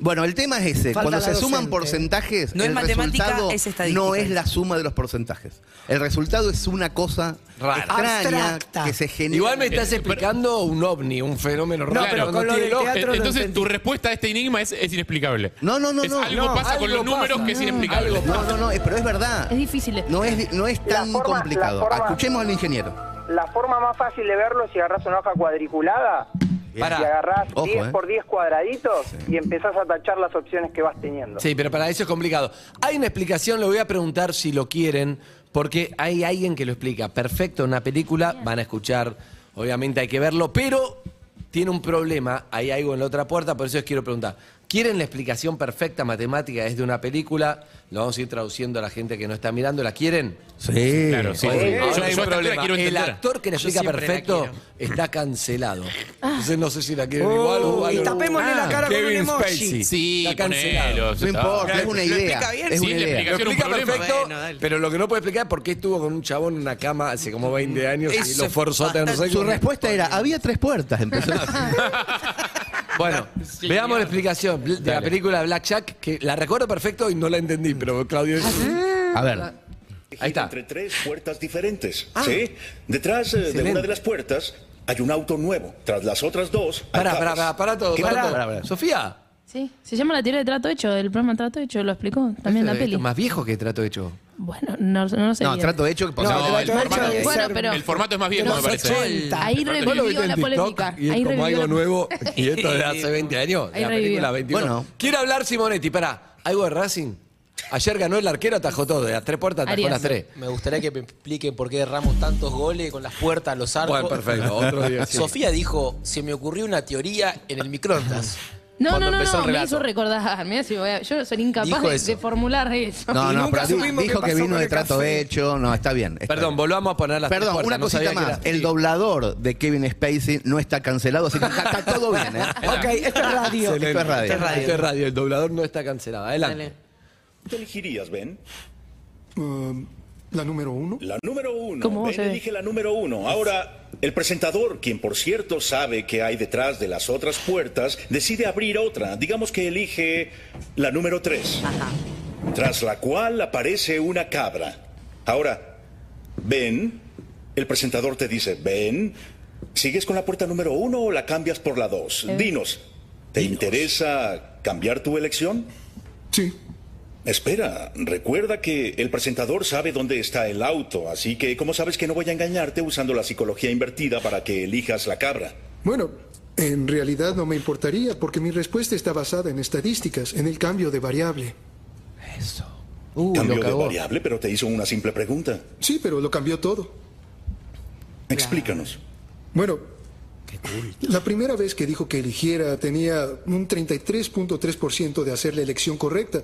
Speaker 7: Bueno, el tema es ese.
Speaker 6: Falta
Speaker 7: Cuando
Speaker 6: la
Speaker 7: se suman
Speaker 6: docente.
Speaker 7: porcentajes,
Speaker 6: No es
Speaker 7: el
Speaker 6: matemática,
Speaker 7: resultado
Speaker 6: es estadística.
Speaker 7: no es la suma de los porcentajes. El resultado es una cosa
Speaker 5: Rara.
Speaker 7: extraña
Speaker 8: Abstracta.
Speaker 7: que se genera.
Speaker 5: Igual me estás
Speaker 9: Eh, pero-
Speaker 5: explicando un ovni, un fenómeno raro.
Speaker 9: pero
Speaker 5: no
Speaker 8: con lo
Speaker 5: tiene
Speaker 8: del
Speaker 5: lógica.
Speaker 9: Eh,
Speaker 8: teatro-
Speaker 9: Entonces, tu respuesta a este enigma es, es inexplicable.
Speaker 7: No, no, no,
Speaker 9: Es
Speaker 7: no.
Speaker 9: algo
Speaker 7: No,
Speaker 9: pasa con
Speaker 5: algo
Speaker 9: los números
Speaker 5: pasa.
Speaker 9: que es
Speaker 5: Mm,
Speaker 9: inexplicable.
Speaker 7: No, no, no, es- pero es verdad.
Speaker 10: Es difícil.
Speaker 7: No es, no es tan
Speaker 12: forma- la
Speaker 7: complicado.
Speaker 12: forma-
Speaker 7: Escuchemos al ingeniero.
Speaker 12: La forma más fácil de verlo es si agarrás una hoja cuadriculada y
Speaker 5: Pará.
Speaker 12: agarrás
Speaker 7: Ojo,
Speaker 12: 10
Speaker 7: eh.
Speaker 12: por 10 cuadraditos y empezás a tachar las opciones que vas teniendo.
Speaker 5: Sí, pero para eso es complicado. Hay una explicación, lo voy a preguntar si lo quieren, porque hay alguien que lo explica. Perfecto, una película, van a escuchar, obviamente hay que verlo, pero tiene un problema, hay algo en la otra puerta, por eso les quiero preguntar. ¿Quieren la explicación perfecta matemática desde una película? Lo vamos a ir traduciendo a la gente que no está mirando. ¿La quieren?
Speaker 7: Sí.
Speaker 9: Claro, sí.
Speaker 5: Ahora
Speaker 9: Yo- yo
Speaker 5: hay
Speaker 9: esta
Speaker 5: un
Speaker 9: la
Speaker 5: problema.
Speaker 9: quiero
Speaker 5: El
Speaker 9: entender.
Speaker 5: actor que la
Speaker 8: Yo
Speaker 5: explica
Speaker 8: siempre la
Speaker 5: perfecto está cancelado. Entonces no sé si la quieren igual o
Speaker 8: Oh,
Speaker 5: igual. Ah,
Speaker 8: y tapémosle la cara con
Speaker 5: Kevin
Speaker 8: un emoji.
Speaker 5: Spacey.
Speaker 9: Sí,
Speaker 5: Está cancelado.
Speaker 9: ponelo,
Speaker 7: No
Speaker 9: ya está.
Speaker 7: importa, es una
Speaker 8: ¿Lo
Speaker 7: idea.
Speaker 8: explica bien?
Speaker 7: Es
Speaker 9: Sí,
Speaker 7: una
Speaker 9: le
Speaker 7: idea.
Speaker 5: Lo
Speaker 9: explicación,
Speaker 5: explica
Speaker 9: un problema.
Speaker 5: perfecto,
Speaker 8: Bueno, dale.
Speaker 5: pero lo que no puede explicar es por qué estuvo con un chabón en una cama hace como 20 años y
Speaker 8: Eso
Speaker 5: lo
Speaker 8: es
Speaker 5: forzó a tener
Speaker 8: bastante-
Speaker 5: sexo.
Speaker 7: Su respuesta era, había tres puertas. Empezó.
Speaker 5: Bueno,
Speaker 9: Sí,
Speaker 5: veamos
Speaker 9: claro.
Speaker 5: la explicación de la
Speaker 9: Dale.
Speaker 5: película Black Jack, que la recuerdo perfecto y no la entendí, pero Claudio...
Speaker 7: A ver.
Speaker 5: Ahí está.
Speaker 13: entre tres puertas diferentes.
Speaker 5: Ah.
Speaker 13: ¿sí? Detrás eh, de
Speaker 5: Excelente.
Speaker 13: una de las puertas hay un auto nuevo. Tras las otras dos. hay
Speaker 5: Pará, pará,
Speaker 13: capas.
Speaker 5: pará, pará todo,
Speaker 13: ¿Qué
Speaker 5: pará
Speaker 13: pasa?
Speaker 5: todo. Sofía.
Speaker 10: Sí, se llama la teoría de trato hecho, el programa Trato hecho, lo explicó también
Speaker 5: Esto-
Speaker 10: la
Speaker 5: eh, esto
Speaker 10: peli.
Speaker 5: es más viejo que Trato Hecho.
Speaker 10: Bueno, no, no sé.
Speaker 7: No,
Speaker 10: bien.
Speaker 7: trato hecho que pasaba.
Speaker 9: No, el
Speaker 8: Trato hecho
Speaker 9: formato,
Speaker 8: de
Speaker 10: Bueno,
Speaker 8: ser-
Speaker 10: pero-
Speaker 9: el formato es más viejo,
Speaker 8: Pero
Speaker 9: me
Speaker 8: sos
Speaker 9: parece.
Speaker 8: chota.
Speaker 10: Ahí
Speaker 9: Trato
Speaker 5: ¿Vos lo viste
Speaker 10: revivió
Speaker 5: en
Speaker 10: la
Speaker 5: TikTok?
Speaker 10: polémica.
Speaker 5: Y es
Speaker 10: ahí
Speaker 5: como
Speaker 10: revivió
Speaker 5: algo
Speaker 10: la-
Speaker 5: nuevo. Y esto de hace 20 años.
Speaker 10: Ahí
Speaker 5: la
Speaker 10: revivió.
Speaker 5: película 21.
Speaker 7: Bueno.
Speaker 5: Quiere hablar Simonetti, pará. ¿Algo de Racing? Ayer ganó el arquero, atajó todo. De las tres puertas atajó
Speaker 10: Arias.
Speaker 5: las tres.
Speaker 14: Me gustaría que me expliquen por qué derramos tantos goles con las puertas, los arcos.
Speaker 5: Bueno, perfecto. Otro día. sí.
Speaker 14: Sofía dijo, se me ocurrió una teoría en el microondas.
Speaker 10: No,
Speaker 14: Cuando
Speaker 10: no, no,
Speaker 14: empezó
Speaker 10: no,
Speaker 14: el
Speaker 10: me
Speaker 14: relato.
Speaker 10: hizo recordar. Mirá si voy a- yo soy incapaz
Speaker 14: Dijo
Speaker 10: de,
Speaker 14: eso.
Speaker 10: de formular eso.
Speaker 7: No,
Speaker 6: Y
Speaker 7: no,
Speaker 6: nunca
Speaker 7: pero di-
Speaker 6: supimos
Speaker 7: dijo
Speaker 6: qué
Speaker 7: que
Speaker 6: pasó
Speaker 7: vino
Speaker 6: con
Speaker 7: de
Speaker 6: el
Speaker 7: trato
Speaker 6: café.
Speaker 7: hecho. No, está bien. está
Speaker 5: Perdón,
Speaker 7: bien.
Speaker 5: volvamos a poner las tres
Speaker 7: Perdón,
Speaker 5: puertas,
Speaker 7: una
Speaker 5: no
Speaker 7: cosita
Speaker 5: sabía que
Speaker 7: más.
Speaker 5: era-
Speaker 7: El
Speaker 5: Sí.
Speaker 7: doblador de Kevin Spacey no está cancelado, así que está, está todo bien, ¿eh?
Speaker 8: Ok, esto es radio.
Speaker 5: Excelente.
Speaker 7: Esto es radio.
Speaker 5: Esto es radio. Esto es radio. El doblador no está cancelado. Adelante.
Speaker 8: Dale.
Speaker 13: ¿Qué elegirías, Ben?
Speaker 15: La número uno.
Speaker 13: La número uno.
Speaker 10: ¿Cómo
Speaker 13: Ben
Speaker 10: se ve?
Speaker 13: elige la número uno. Ahora, el presentador, quien por cierto sabe que hay detrás de las otras puertas, decide abrir otra. Digamos que elige la número tres. Tras la cual aparece una cabra. Ahora, Ben, el presentador te dice, Ben, ¿sigues con la puerta número uno o la cambias por la dos? Dinos, ¿te interesa cambiar tu elección?
Speaker 15: Sí.
Speaker 13: Espera, recuerda que el presentador sabe dónde está el auto, así que ¿cómo sabes que no voy a engañarte usando la psicología invertida para que elijas la cabra?
Speaker 15: Bueno, en realidad no me importaría porque mi respuesta está basada en estadísticas, en el cambio de variable.
Speaker 13: Cambió de variable, pero te hizo una simple pregunta.
Speaker 15: Sí, pero lo cambió todo.
Speaker 13: Explícanos.
Speaker 15: Bueno, la primera vez que dijo que eligiera tenía un 33.3% de hacer la elección correcta,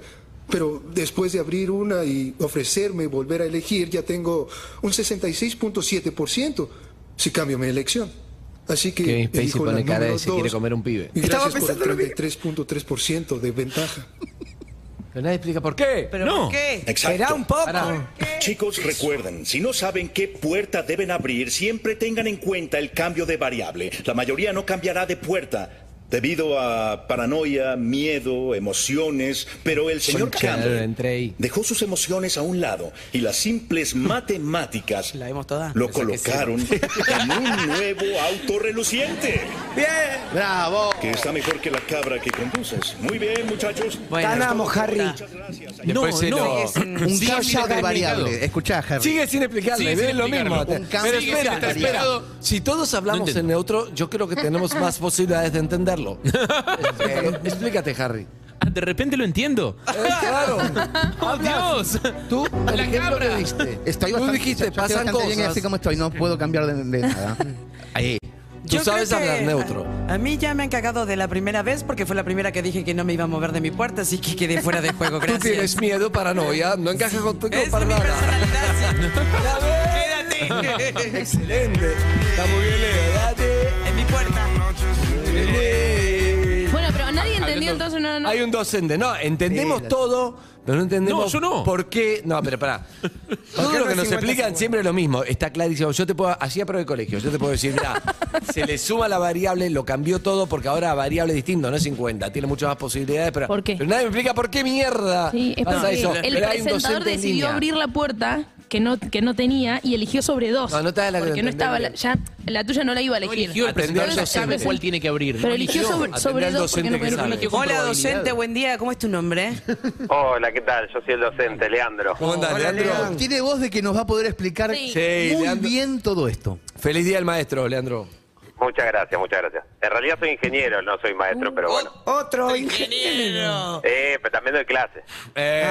Speaker 15: pero después de abrir una y ofrecerme volver a elegir ya tengo un 66.7% si cambio mi elección. Así que
Speaker 5: Kevin Spacey
Speaker 15: elijo la
Speaker 5: pone cara
Speaker 15: número
Speaker 5: de se quiere
Speaker 15: dos,
Speaker 5: comer un pibe.
Speaker 15: Y
Speaker 5: Estaba
Speaker 15: gracias
Speaker 5: pensando
Speaker 15: por
Speaker 5: lo
Speaker 15: el 33.3% de ventaja.
Speaker 5: Pero nadie explica por qué.
Speaker 8: ¿Pero
Speaker 15: No.
Speaker 8: por qué?
Speaker 13: Exacto.
Speaker 8: Esperá un poco.
Speaker 13: Chicos, recuerden, si no saben qué puerta deben abrir, siempre tengan en cuenta el cambio de variable. La mayoría no cambiará de puerta debido a paranoia, miedo, emociones, pero el señor
Speaker 5: Concha,
Speaker 13: Campbell
Speaker 5: entré ahí.
Speaker 13: dejó sus emociones a un lado y las simples matemáticas lo colocaron en un nuevo auto reluciente.
Speaker 8: ¡Bien!
Speaker 13: ¡Bravo! Que está mejor que la cabra que conduces. Muy bien, muchachos.
Speaker 8: Ganamos, Harry.
Speaker 5: Después se lo-
Speaker 7: un
Speaker 5: Sigue sin
Speaker 7: cambio de
Speaker 5: explicarle.
Speaker 7: variable. Escuchá, Harry.
Speaker 5: Sigue sin explicarle,
Speaker 7: Sigue
Speaker 5: ve
Speaker 7: sin
Speaker 5: lo
Speaker 7: explicarlo.
Speaker 5: mismo.
Speaker 7: Un cambio
Speaker 5: Pero
Speaker 7: sin
Speaker 5: espera,
Speaker 7: estar
Speaker 5: espera.
Speaker 7: explicado.
Speaker 5: Si todos hablamos
Speaker 7: No
Speaker 5: en neutro, yo creo que tenemos más posibilidades de entenderlo. Eh, Explícate, Harry.
Speaker 16: De repente lo entiendo.
Speaker 5: Eh, claro.
Speaker 16: ¡Oh, Dios!
Speaker 5: Tú, el
Speaker 7: La
Speaker 5: ejemplo
Speaker 7: cabra.
Speaker 5: que diste.
Speaker 7: Estoy
Speaker 5: Tú
Speaker 7: bastante,
Speaker 5: dijiste,
Speaker 7: yo estoy
Speaker 5: pasan
Speaker 7: bastante bien
Speaker 5: cosas.
Speaker 7: así como estoy, no puedo cambiar de, de nada.
Speaker 5: Ahí. Tú
Speaker 8: Yo
Speaker 5: sabes
Speaker 8: creo que
Speaker 5: hablar neutro.
Speaker 8: A, a mí ya me han cagado de la primera vez porque fue la primera que dije que no me iba a mover de mi puerta, así que quedé fuera de juego.
Speaker 5: Tú
Speaker 8: Gracias.
Speaker 5: tienes miedo, paranoia, no encajas con tu para nada.
Speaker 8: Quédate.
Speaker 5: Excelente. Está muy bien, Leo. Date.
Speaker 8: En mi puerta.
Speaker 10: Bueno, pero nadie entendió,
Speaker 5: Hablando-
Speaker 10: entonces no. no-
Speaker 5: Ah, Hay un docente. No, entendemos
Speaker 10: Sí, la-
Speaker 5: todo, pero no entendemos
Speaker 10: No, yo no.
Speaker 5: por qué. No, pero pará. Todo
Speaker 10: no
Speaker 5: lo que
Speaker 10: es
Speaker 5: nos
Speaker 10: 50,
Speaker 5: explican siempre es lo mismo. Está clarísimo. Yo te puedo, así pero de colegio, yo te puedo decir, mirá, se le suma la variable, lo cambió todo porque ahora variable es distinto, no es 50. Tiene muchas más posibilidades, pero.
Speaker 10: ¿Por qué?
Speaker 5: pero nadie me explica por qué mierda
Speaker 10: Sí, es
Speaker 5: pasa
Speaker 10: porque
Speaker 5: Ah, eso.
Speaker 10: el
Speaker 5: Pero hay un
Speaker 10: presentador
Speaker 5: docente en
Speaker 10: decidió
Speaker 5: línea.
Speaker 10: abrir la puerta que no, que no tenía y eligió sobre dos.
Speaker 5: No, no te hagas la que
Speaker 10: Porque
Speaker 5: no
Speaker 10: no estaba, la,
Speaker 5: entendés
Speaker 10: ya la tuya no la iba a elegir.
Speaker 16: Eligió el
Speaker 5: Atendió al
Speaker 16: presentador, sabe
Speaker 5: docente.
Speaker 16: cuál tiene que abrir.
Speaker 10: Pero eligió sobre, sobre
Speaker 5: al
Speaker 10: dos porque
Speaker 5: docente
Speaker 10: no
Speaker 5: que
Speaker 10: pensó.
Speaker 5: sabe.
Speaker 8: Hola,
Speaker 6: Ah,
Speaker 8: docente, buen día. ¿Cómo es tu nombre?
Speaker 17: Hola, ¿qué tal? Yo soy el docente, Leandro.
Speaker 5: ¿Cómo andás, Leandro?
Speaker 7: Tiene voz de que nos va a poder explicar
Speaker 10: Sí.
Speaker 5: Sí,
Speaker 7: muy
Speaker 5: Leandro.
Speaker 7: bien todo esto.
Speaker 5: Feliz día al maestro, Leandro.
Speaker 17: Muchas gracias, muchas gracias. En realidad soy ingeniero, no soy maestro, pero bueno.
Speaker 8: Otro ingeniero.
Speaker 17: Eh, pero también doy clase.
Speaker 9: Eh,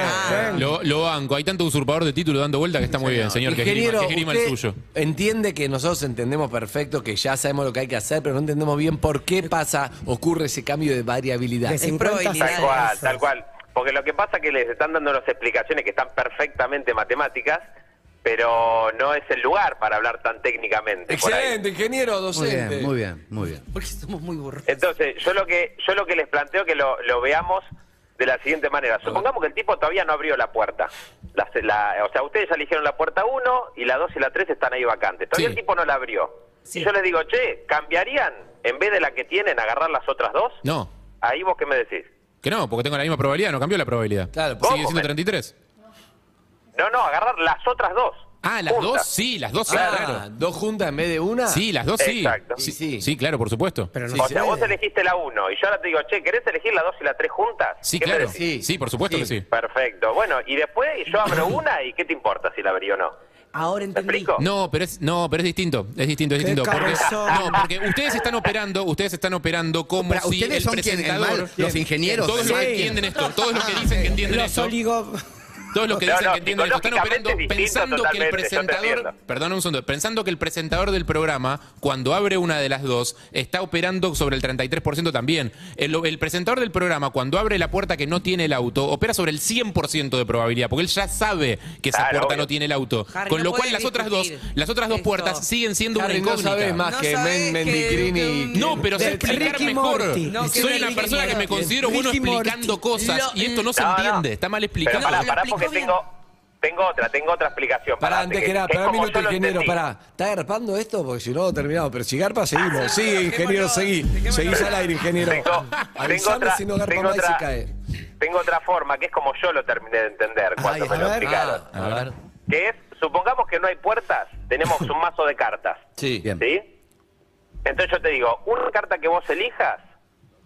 Speaker 9: Lo, lo banco. Hay tanto usurpador de título dando vuelta que está muy bien, señor. Que
Speaker 5: Ingeniero,
Speaker 9: esgrima, que esgrima el
Speaker 5: usted
Speaker 9: suyo.
Speaker 5: Entiende que nosotros entendemos perfecto que ya sabemos lo que hay que hacer, pero no entendemos bien por qué pasa, ocurre ese cambio de variabilidad.
Speaker 8: De 50
Speaker 17: Tal cual, tal cual. Porque lo que pasa es que les están dando unas explicaciones que están perfectamente matemáticas, pero no es el lugar para hablar tan técnicamente. por ahí.
Speaker 5: Excelente, ingeniero,
Speaker 7: Muy
Speaker 5: docente.
Speaker 7: bien, muy bien, muy bien.
Speaker 8: Porque somos muy burros.
Speaker 17: Entonces, yo lo que yo lo que les planteo que lo, lo veamos de la siguiente manera. Supongamos que el tipo todavía no abrió la puerta. La- la- o sea, ustedes ya eligieron la puerta 1 y la 2 y la 3 están ahí vacantes. Todavía el tipo no la abrió. Y yo les digo, che, ¿cambiarían en vez de la que tienen agarrar las otras dos?
Speaker 9: No,
Speaker 17: Ahí vos qué me decís.
Speaker 9: que no, porque tengo la misma probabilidad, no cambió la probabilidad.
Speaker 5: Claro,
Speaker 9: Sigue siendo 33.
Speaker 17: No, no, agarrar las otras dos.
Speaker 9: Ah, las
Speaker 17: Juntas.
Speaker 9: dos, sí, las dos, sí,
Speaker 5: Ah,
Speaker 9: claro.
Speaker 5: ¿Dos juntas en vez de una?
Speaker 9: Sí, las dos sí.
Speaker 17: Exacto.
Speaker 9: Sí, sí. Sí, claro, por supuesto.
Speaker 5: no
Speaker 9: sí,
Speaker 17: o sea, vos elegiste la 1 y yo ahora te digo, che, ¿querés elegir la 2 y la 3 juntas?
Speaker 9: Sí,
Speaker 17: ¿Qué me
Speaker 9: claro.
Speaker 17: decís?
Speaker 9: Sí, por supuesto que sí.
Speaker 17: Perfecto. Bueno, y después yo abro una y ¿qué te importa si la abrí o no?
Speaker 8: Ahora entendí.
Speaker 9: No, pero es no, pero es distinto, es distinto, es
Speaker 8: Qué
Speaker 9: distinto. Porque,
Speaker 8: cabezón.
Speaker 9: no, porque ustedes están operando, ustedes están operando como
Speaker 7: Pero,
Speaker 9: si
Speaker 7: ¿ustedes
Speaker 9: el
Speaker 7: son quién? ¿El
Speaker 9: presentador,
Speaker 7: mal? ¿Los ingenieros?
Speaker 9: todos los
Speaker 7: Sí.
Speaker 9: que entienden esto, todos los que dicen que entienden
Speaker 8: Los
Speaker 9: esto,
Speaker 8: oligo...
Speaker 9: todos los que
Speaker 17: No,
Speaker 9: dicen
Speaker 17: no,
Speaker 9: que entienden esto, están
Speaker 17: psicológicamente
Speaker 9: operando
Speaker 17: es distinto
Speaker 9: pensando que el
Speaker 17: totalmente, yo te
Speaker 9: presentador,
Speaker 17: entiendo.
Speaker 9: perdón un segundo, pensando que el presentador del programa cuando abre una de las dos está operando sobre el 33% también. El, el presentador del programa cuando abre la puerta que no tiene el auto opera sobre el 100% de probabilidad, porque él ya sabe que esa
Speaker 17: Claro,
Speaker 9: puerta
Speaker 17: obvio.
Speaker 9: no tiene el auto,
Speaker 8: Harry,
Speaker 9: con
Speaker 8: no
Speaker 9: lo cual
Speaker 8: puedes
Speaker 9: las otras dos,
Speaker 8: discutir
Speaker 9: las otras dos
Speaker 8: esto.
Speaker 9: puertas siguen siendo una
Speaker 5: Harry, no
Speaker 9: incógnita.
Speaker 5: sabes más
Speaker 8: No
Speaker 5: que
Speaker 8: sabes
Speaker 5: Men,
Speaker 8: que-
Speaker 5: Mendicrini.
Speaker 8: que-
Speaker 9: No, pero sé
Speaker 5: Del-
Speaker 9: explicar
Speaker 8: Ricky
Speaker 9: mejor.
Speaker 8: Morty. No, que
Speaker 9: Soy
Speaker 8: Ricky
Speaker 9: una persona que me
Speaker 8: Morty.
Speaker 9: considero bueno
Speaker 8: Ricky
Speaker 9: explicando
Speaker 8: Morty.
Speaker 9: cosas
Speaker 8: Lo-
Speaker 9: y esto no se
Speaker 17: No, no.
Speaker 9: entiende. Está mal
Speaker 17: Pero
Speaker 9: explicado.
Speaker 17: pará,
Speaker 8: lo
Speaker 17: pará,
Speaker 8: explicó
Speaker 17: porque
Speaker 8: bien.
Speaker 17: tengo, tengo otra, tengo otra explicación.
Speaker 5: Pará,
Speaker 17: pará,
Speaker 5: antes
Speaker 17: que-
Speaker 5: que nada,
Speaker 17: que es
Speaker 5: pará un
Speaker 17: como
Speaker 5: minuto,
Speaker 17: yo lo
Speaker 5: ingeniero,
Speaker 17: entendí.
Speaker 5: pará. ¿Está garpando esto? Porque si no, terminamos. Pero si garpa, seguimos. Sigue, ingeniero, seguí. Seguís al aire, ingeniero.
Speaker 17: Tengo, tengo
Speaker 5: Avisame
Speaker 17: otra,
Speaker 5: si no garpa
Speaker 17: tengo,
Speaker 5: más y
Speaker 17: otra,
Speaker 5: se cae.
Speaker 17: tengo otra forma, que es como yo lo terminé de entender cuando
Speaker 5: Ay,
Speaker 17: me lo explicaron.
Speaker 5: Ah, a ver.
Speaker 17: Que es, supongamos que no hay puertas, tenemos un mazo de cartas.
Speaker 5: Sí.
Speaker 17: ¿Sí? Entonces yo te digo, una carta que vos elijas,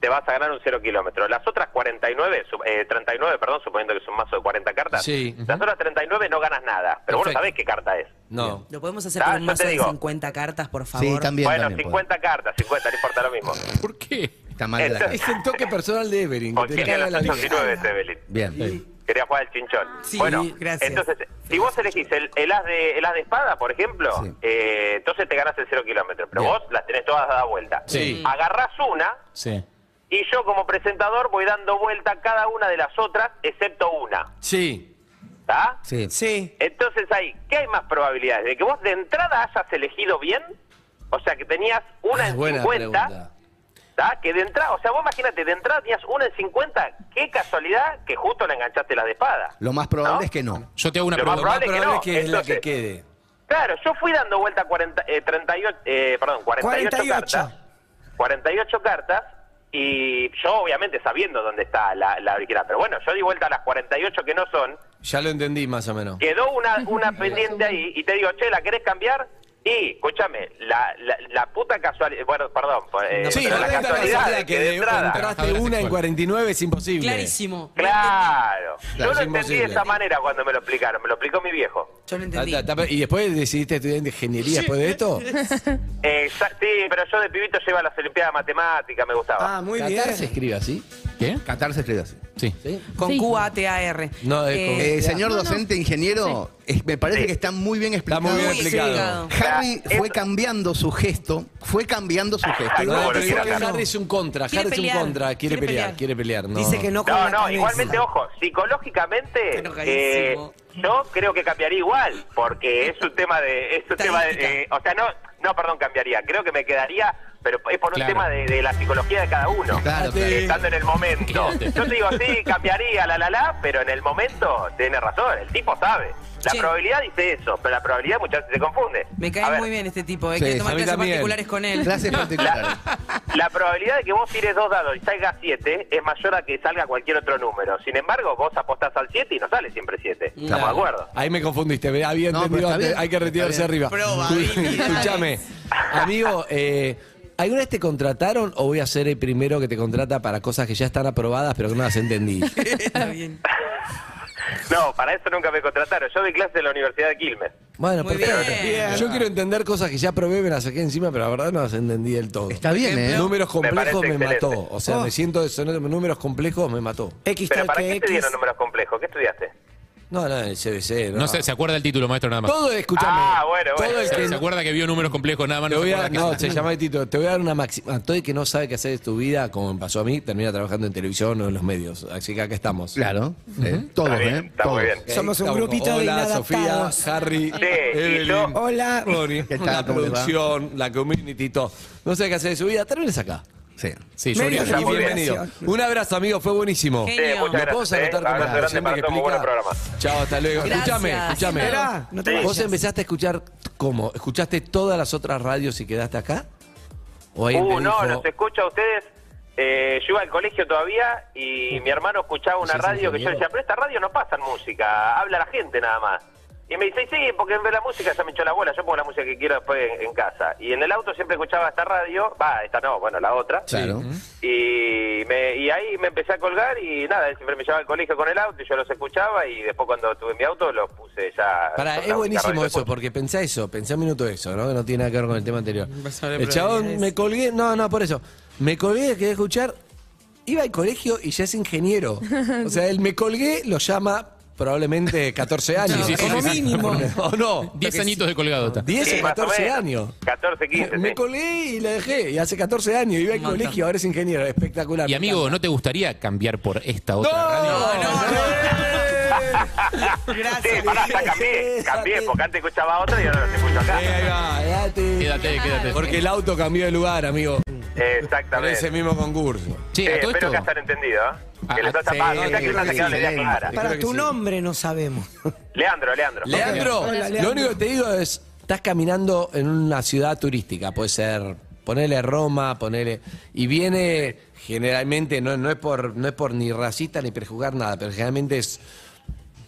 Speaker 17: te vas a ganar un cero kilómetro. Las otras 49, su- eh, 39, perdón, suponiendo que es un mazo de 40 cartas,
Speaker 5: Sí, ujú.
Speaker 17: las otras 39 no ganas nada. Pero vos no
Speaker 5: Perfecto.
Speaker 17: sabés qué carta es.
Speaker 5: No.
Speaker 8: Lo podemos hacer
Speaker 17: Ah,
Speaker 8: con un
Speaker 17: yo
Speaker 8: mazo
Speaker 17: te
Speaker 8: de
Speaker 17: digo.
Speaker 8: 50 cartas, por favor.
Speaker 7: Sí, también.
Speaker 17: bueno,
Speaker 7: también
Speaker 17: 50 cartas, 50, no importa lo mismo.
Speaker 9: ¿Por qué?
Speaker 7: puedo. Está mal de la
Speaker 17: Entonces-
Speaker 7: cabeza.
Speaker 5: Es el toque personal de Everin. Que te caga la vida.
Speaker 17: 89, Evelyn.
Speaker 7: Bien.
Speaker 17: Que quería jugar al chinchón.
Speaker 6: Ah. Sí,
Speaker 17: bueno,
Speaker 6: gracias.
Speaker 17: entonces, si vos elegís el, el as de, el as de espada, por ejemplo, eh, entonces te ganás el 0 kilómetro. Pero
Speaker 16: Bien.
Speaker 17: vos las tenés todas dadas vuelta.
Speaker 16: Sí.
Speaker 17: Agarrás una
Speaker 16: Sí.
Speaker 17: y yo como presentador voy dando vuelta cada una de las otras, excepto una.
Speaker 5: Sí.
Speaker 17: ¿Está?
Speaker 5: Sí. Sí.
Speaker 17: Entonces ahí, ¿qué hay más probabilidades? ¿De que vos de entrada hayas elegido bien? O sea, que tenías una
Speaker 5: Ah,
Speaker 17: en
Speaker 5: buena
Speaker 17: 50.
Speaker 5: pregunta.
Speaker 17: ¿tá? Que de entrada, o sea, vos imagínate, de entrada tenías una en 50. Qué casualidad que justo la enganchaste la de espada.
Speaker 7: Lo más probable es que no.
Speaker 9: Yo te hago
Speaker 17: una Lo más pregunta. probable es que no.
Speaker 5: la que
Speaker 17: Entonces-
Speaker 5: quede.
Speaker 17: Claro, yo fui dando vuelta 40, eh, 38, eh, perdón, 48,
Speaker 8: 48.
Speaker 17: cartas. 48 cartas. Y yo, obviamente, sabiendo dónde está la, la original. Pero bueno, yo di vuelta a las 48 que no son.
Speaker 5: Ya lo entendí más o menos.
Speaker 17: Quedó una, una pendiente ahí y te digo, che, ¿la querés cambiar? Y, escúchame, la, la, la puta casualidad. Bueno, perdón. eh,
Speaker 5: sí,
Speaker 17: pero
Speaker 5: la,
Speaker 17: la casualidad
Speaker 5: que
Speaker 17: que de entrada.
Speaker 5: entraste una en 49 es imposible. Clarísimo.
Speaker 17: Claro. Yo
Speaker 5: Claro,
Speaker 17: lo
Speaker 5: es
Speaker 17: entendí de
Speaker 5: imposible.
Speaker 17: esa manera cuando me lo explicaron. Me lo explicó mi viejo.
Speaker 6: Yo lo
Speaker 5: Ah, ¿Y después decidiste estudiar ingeniería después de esto?
Speaker 17: Eh, sa- sí, pero yo de pibito lleva a las Olimpiadas de Matemática, me gustaba.
Speaker 7: Qatar se escribe así.
Speaker 9: ¿Qué?
Speaker 7: Qatar se escribe así.
Speaker 9: Sí.
Speaker 6: Con Q-A-T-A-R.
Speaker 5: No,
Speaker 6: es con-
Speaker 7: Eh, señor docente, ingeniero, es- me parece que está muy bien explicado.
Speaker 5: muy bien Muy explicado. explicado.
Speaker 7: Harry fue cambiando su gesto, fue cambiando su gesto.
Speaker 5: No, pero creo que Harry es un contra,
Speaker 7: Quiere
Speaker 5: Harry es un
Speaker 7: pelear,
Speaker 5: contra, quiere,
Speaker 7: quiere
Speaker 5: pelear,
Speaker 7: pelear.
Speaker 5: quiere pelear. No.
Speaker 7: Dice que no con
Speaker 17: No,
Speaker 7: la
Speaker 17: no,
Speaker 7: cabeza.
Speaker 17: igualmente, ojo, psicológicamente,
Speaker 7: enojadísimo.
Speaker 17: eh, yo creo que cambiaría igual, porque es un tema de, es un tema de, eh, o sea, no, no, perdón, cambiaría, creo que me quedaría, pero es por un
Speaker 9: Claro.
Speaker 17: tema de, de la psicología de cada uno,
Speaker 7: Claro, claro.
Speaker 17: estando en el momento.
Speaker 9: Quédate.
Speaker 17: Yo te digo, sí, cambiaría, la, la, la, pero en el momento tiene razón, el tipo sabe. La probabilidad dice eso, pero la probabilidad muchas veces se confunde.
Speaker 6: Me
Speaker 17: A
Speaker 6: cae
Speaker 17: ver.
Speaker 6: muy bien este tipo, eh,
Speaker 17: Sí,
Speaker 6: que
Speaker 17: a
Speaker 6: toma
Speaker 17: mí
Speaker 6: clases
Speaker 17: también.
Speaker 6: particulares con él.
Speaker 17: Clases particulares. La probabilidad de que vos tires dos dados y salga 7 es mayor a que salga cualquier otro número. Sin embargo, vos apostás al 7 y no sale siempre 7. ¿Estamos de
Speaker 5: Claro.
Speaker 17: acuerdo?
Speaker 5: Ahí me confundiste, me había
Speaker 17: No,
Speaker 5: entendido
Speaker 17: pero está
Speaker 5: antes,
Speaker 17: bien,
Speaker 5: hay que
Speaker 17: está
Speaker 5: retirarse
Speaker 17: bien.
Speaker 5: arriba.
Speaker 17: Probabilidades.
Speaker 5: Escúchame, amigo, eh, ¿alguna vez te contrataron o voy a ser el primero que te contrata para cosas que ya están aprobadas pero que no las entendí?
Speaker 17: No, para eso nunca me contrataron. Yo doy clases en la Universidad de Quilmes.
Speaker 5: Bueno,
Speaker 17: Muy
Speaker 5: perfecto.
Speaker 17: bien.
Speaker 5: Yo quiero entender cosas que ya probé, me las saqué encima, pero la verdad no las entendí del todo. Está
Speaker 7: bien, ¿eh?
Speaker 5: Números
Speaker 7: Me
Speaker 5: complejos me,
Speaker 7: parece
Speaker 5: mató.
Speaker 7: excelente.
Speaker 5: O sea,
Speaker 7: Oh.
Speaker 5: me siento eso, no, números complejos me mató.
Speaker 8: X
Speaker 17: ¿Pero para qué te dieron números complejos? ¿Qué estudiaste?
Speaker 5: No, no, el CBC, no.
Speaker 9: No sé, se acuerda el título, maestro, nada más.
Speaker 5: Todo, escúchame.
Speaker 17: Ah, bueno, bueno.
Speaker 5: Todo el
Speaker 9: Se,
Speaker 5: que
Speaker 9: se
Speaker 5: no-
Speaker 9: acuerda que vio números complejos, nada más.
Speaker 5: Te
Speaker 9: no se
Speaker 5: voy a-
Speaker 9: acuerda que
Speaker 5: no,
Speaker 9: se-
Speaker 5: se llama el título. Te voy a dar una máxima. Todo el que no sabe qué hacer de tu vida, como me pasó a mí, termina trabajando en televisión o en los medios. Así que acá estamos.
Speaker 7: Claro. Eh, Todos,
Speaker 5: bien,
Speaker 7: ¿eh?
Speaker 5: está muy
Speaker 7: Todos.
Speaker 5: bien. Somos un
Speaker 7: Estamos-
Speaker 5: grupito de
Speaker 7: Hola,
Speaker 5: inadaptados.
Speaker 7: Sofía,
Speaker 5: Harry,
Speaker 7: Sí,
Speaker 17: y
Speaker 5: Evelyn,
Speaker 17: yo-
Speaker 8: Hola.
Speaker 5: Moni,
Speaker 7: ¿Qué tal?
Speaker 5: la
Speaker 7: ¿Cómo les va?
Speaker 5: producción, la community, todo. No sé qué hacer de su vida, termines acá.
Speaker 7: Sí.
Speaker 5: Sí,
Speaker 17: yo
Speaker 5: Yuri,
Speaker 17: Está
Speaker 5: y
Speaker 17: muy bien.
Speaker 5: bienvenido. Un abrazo, amigo, fue buenísimo.
Speaker 17: Sí, muchas
Speaker 5: ¿Lo
Speaker 17: gracias,
Speaker 5: podés
Speaker 17: eh.
Speaker 5: anotar como
Speaker 17: Abrazo
Speaker 5: la
Speaker 17: grande
Speaker 5: canción
Speaker 17: para
Speaker 5: que
Speaker 17: todos, muy buen
Speaker 5: explica?
Speaker 17: programa.
Speaker 5: Chao, hasta luego.
Speaker 17: Gracias.
Speaker 5: Escúchame, escúchame.
Speaker 17: Esperá,
Speaker 6: no te Sí.
Speaker 5: ¿Vos
Speaker 6: vayas.
Speaker 5: empezaste a escuchar cómo? ¿Escuchaste todas las otras radios y quedaste acá? ¿O alguien
Speaker 17: Uh,
Speaker 5: te
Speaker 17: no,
Speaker 5: dijo-
Speaker 17: los escucho a ustedes. Eh, yo iba al colegio todavía y mi hermano escuchaba una
Speaker 5: ¿Sos
Speaker 17: radio que yo
Speaker 5: ingeniero?
Speaker 17: decía, pero esta radio no pasan música, habla la gente nada más. Y me dice, sí, porque en vez de la música ya me echó la bola, yo pongo la música que quiero después en, en casa. Y en el auto siempre escuchaba esta radio, va, esta no, bueno, la otra.
Speaker 7: Claro.
Speaker 17: Y, me- y ahí me empecé a colgar y nada, él siempre me llevaba al colegio con el auto y yo los escuchaba y después cuando tuve mi auto los puse ya.
Speaker 5: Pará,
Speaker 17: con
Speaker 5: es
Speaker 17: la única radio
Speaker 5: buenísimo
Speaker 17: que
Speaker 5: eso,
Speaker 17: escucho.
Speaker 5: porque pensá eso, pensá un minuto eso, ¿no? Que no tiene nada que ver con el tema anterior.
Speaker 14: a ver
Speaker 5: El chabón
Speaker 14: probabilidades.
Speaker 5: me colgué, no, no, por eso. Me colgué, quería escuchar, iba al colegio y ya es ingeniero. O sea, el me colgué lo llama probablemente 14 años.
Speaker 9: Sí, sí, sí, sí, sí.
Speaker 5: ¿O no?
Speaker 9: 10 añitos de colgado. está.
Speaker 5: 10
Speaker 17: Sí,
Speaker 5: o
Speaker 17: más o
Speaker 5: 14
Speaker 17: menos.
Speaker 5: años.
Speaker 17: 14, 15.
Speaker 5: Me
Speaker 17: sí.
Speaker 5: colgué y la dejé. Y hace 14 años iba al colegio, ahora es ingeniero. Espectacular.
Speaker 9: Y amigo, ¿no te gustaría cambiar por esta otra
Speaker 5: ¡No!
Speaker 9: radio?
Speaker 17: Sí, pará, ya cambié, cambié, porque antes escuchaba otra y ahora los escucho acá.
Speaker 9: Quédate, quédate.
Speaker 5: Ah, Porque el auto cambió de lugar, amigo. Pero
Speaker 17: Exactamente. Eh,
Speaker 5: ese mismo concurso.
Speaker 17: Sí, espero que hayan entendido, ¿eh? Que les haya
Speaker 5: sí,
Speaker 17: tapado, ya que
Speaker 5: creo
Speaker 17: les haya
Speaker 5: que
Speaker 17: quedado
Speaker 5: sí.
Speaker 17: la idea clara.
Speaker 8: Para tu nombre no sabemos.
Speaker 17: Leandro, Leandro.
Speaker 5: Leandro,
Speaker 8: Hola,
Speaker 5: lo
Speaker 8: Leandro.
Speaker 5: único que te digo es, estás caminando en una ciudad turística, puede ser, ponele Roma, ponele, y viene generalmente, no, no es por, no es por ni racista ni prejuzgar nada, pero generalmente es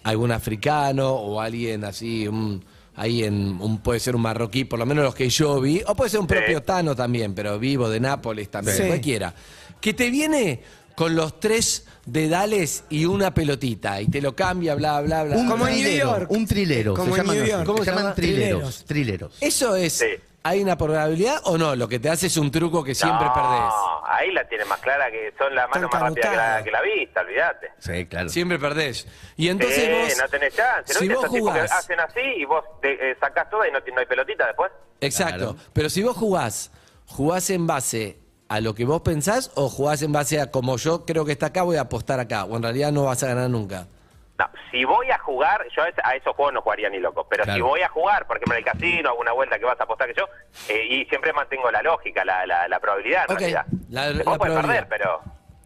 Speaker 5: algún africano o alguien así, un, ahí en, un, puede ser un marroquí, por lo menos los que yo vi, o puede ser un propio Tano también, pero vivo de Nápoles también,
Speaker 8: Sí.
Speaker 5: cualquiera, que te viene con los tres dedales y una pelotita, y te lo cambia, bla, bla, bla.
Speaker 7: Un
Speaker 5: bla.
Speaker 7: trilero, Un trilero.
Speaker 5: Como
Speaker 7: se
Speaker 5: en
Speaker 7: llaman
Speaker 5: New
Speaker 7: así,
Speaker 5: York.
Speaker 7: se
Speaker 5: ¿Cómo se
Speaker 7: llaman
Speaker 5: llama?
Speaker 7: trileros. Trileros.
Speaker 5: Eso es ¿hay una probabilidad o no? Lo que te hace es un truco que siempre
Speaker 17: No,
Speaker 5: perdés.
Speaker 17: Ahí la tiene más clara que son la mano más rápida que la, que la vista, olvídate.
Speaker 5: Sí, claro. Siempre perdés. Y entonces
Speaker 17: Sí,
Speaker 5: vos.
Speaker 17: no tenés chance. ¿No
Speaker 5: si
Speaker 17: viste
Speaker 5: vos
Speaker 17: esos tipos que
Speaker 5: jugás.
Speaker 17: hacen así y vos te, eh, sacás toda y no, ti- no hay pelotita después?
Speaker 5: Exacto. Pero si vos jugás, ¿jugás en base a lo que vos pensás o jugás en base a como yo creo que está acá, voy a apostar acá? O en realidad no vas a ganar nunca.
Speaker 17: No, si voy a jugar, yo a, ese- a esos juegos no jugaría ni loco, pero si
Speaker 5: Claro.
Speaker 17: voy a jugar, por ejemplo, en el casino, alguna vuelta que vas a apostar que yo, eh, y siempre mantengo la lógica, la, la, la probabilidad en
Speaker 5: Ok,
Speaker 17: realidad.
Speaker 5: la-
Speaker 17: Después
Speaker 5: la
Speaker 17: puedes
Speaker 5: probabilidad.
Speaker 17: perder, pero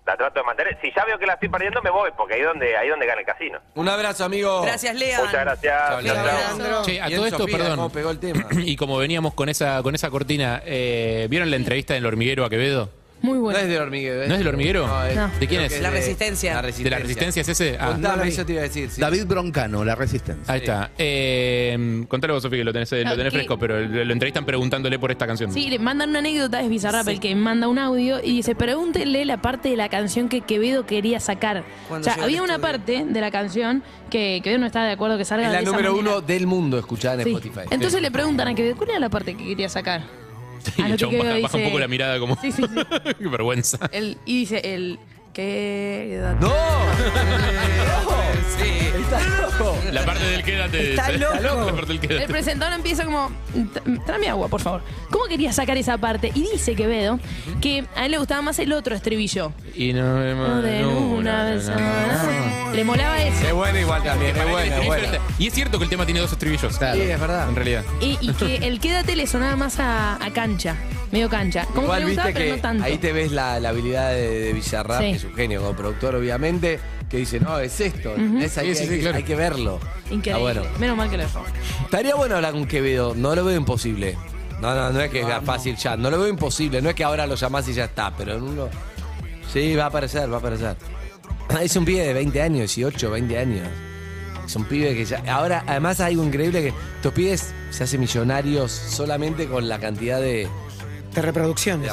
Speaker 17: la trato de mantener. Si ya veo que la estoy perdiendo, me voy, porque ahí es donde, ahí es donde gana el casino.
Speaker 5: Un abrazo, amigo.
Speaker 6: Gracias, Lea.
Speaker 17: Muchas gracias.
Speaker 5: Chao, Leandro.
Speaker 17: Chao, chao.
Speaker 9: Che, a
Speaker 5: Bien,
Speaker 9: todo esto,
Speaker 5: Sofía,
Speaker 9: perdón.
Speaker 5: cómo pegó el tema.
Speaker 9: y como veníamos con esa, con esa cortina, eh, ¿vieron la entrevista del hormiguero a Quevedo?
Speaker 10: Muy
Speaker 5: No es del hormiguero. ¿eh?
Speaker 9: ¿No es del hormiguero?
Speaker 5: es-
Speaker 9: No. ¿De quién
Speaker 5: creo
Speaker 9: es?
Speaker 5: que
Speaker 9: La
Speaker 5: de-
Speaker 6: Resistencia.
Speaker 5: La
Speaker 9: ¿De la resistencia es ese? Ah.
Speaker 5: Contame, eso te iba a decir. sí.
Speaker 7: David Broncano, La Resistencia.
Speaker 9: Ahí está. Eh, contalo vos, Sofi, que lo tenés, lo
Speaker 10: No,
Speaker 9: tenés
Speaker 10: que-
Speaker 9: fresco, pero lo, lo entrevistan preguntándole por esta canción.
Speaker 10: Sí, le mandan una anécdota, es Bizarrap el que manda un audio y dice, pregúntele la parte de la canción que Quevedo quería sacar.
Speaker 5: Cuando
Speaker 10: o
Speaker 5: llega
Speaker 10: sea,
Speaker 5: al
Speaker 10: había una parte de la canción que Quevedo no estaba de acuerdo que salga
Speaker 5: Es la
Speaker 10: de esa
Speaker 5: número
Speaker 10: manera.
Speaker 5: uno del mundo escuchada en
Speaker 10: Sí.
Speaker 5: Spotify.
Speaker 10: Entonces le preguntan a Quevedo, ¿cuál era la parte que quería sacar?
Speaker 9: Y
Speaker 10: A
Speaker 9: el
Speaker 10: lo que
Speaker 9: chabón
Speaker 10: Quevedo
Speaker 9: baja, baja un
Speaker 10: dice-
Speaker 9: poco la mirada como...
Speaker 10: Sí, sí, sí.
Speaker 9: Qué vergüenza.
Speaker 10: El- y dice el... Quédate.
Speaker 5: ¡No!
Speaker 9: Sí. La parte del quédate.
Speaker 10: Está
Speaker 9: dice.
Speaker 10: loco.
Speaker 9: La parte del
Speaker 10: El
Speaker 9: quédate.
Speaker 10: presentador empieza como, "Tra- tráeme agua, por favor. ¿Cómo quería sacar esa parte? Y dice Quevedo que a él le gustaba más el otro estribillo.
Speaker 9: Y no me
Speaker 10: de una vez
Speaker 5: Ah.
Speaker 10: más. Le molaba eso.
Speaker 5: Es bueno igual también, es bueno, es bueno.
Speaker 9: Y es cierto que el tema tiene dos estribillos.
Speaker 5: Sí, es verdad.
Speaker 9: En realidad.
Speaker 10: Y, y que el quédate le sonaba más a, a cancha, medio cancha. Como que
Speaker 5: Igual
Speaker 10: le gustaba,
Speaker 5: viste
Speaker 10: pero
Speaker 5: que
Speaker 10: no tanto.
Speaker 5: ahí te ves la, la habilidad de, de Villarrap,
Speaker 10: Sí.
Speaker 5: que es un genio como productor, obviamente, que dice, no, es esto, ¿entendés? hay,
Speaker 10: Sí,
Speaker 5: que-
Speaker 10: sí,
Speaker 5: hay
Speaker 10: sí,
Speaker 5: que,
Speaker 10: claro.
Speaker 5: hay que verlo.
Speaker 10: Increíble.
Speaker 5: Ah, bueno.
Speaker 10: Menos mal que lo dejó.
Speaker 5: Estaría bueno hablar con Quevedo, no lo veo imposible. No, no, no es que sea fácil ya, no lo veo imposible, no es que ahora lo llamás y ya está, pero en uno... Sí, va a aparecer, va a aparecer. Ah, Es un pibe de 20 años, 18, 20 años. Es un pibe que ya... Ahora, además hay algo increíble que estos pibes se hacen millonarios solamente con la cantidad de...
Speaker 8: De reproducciones.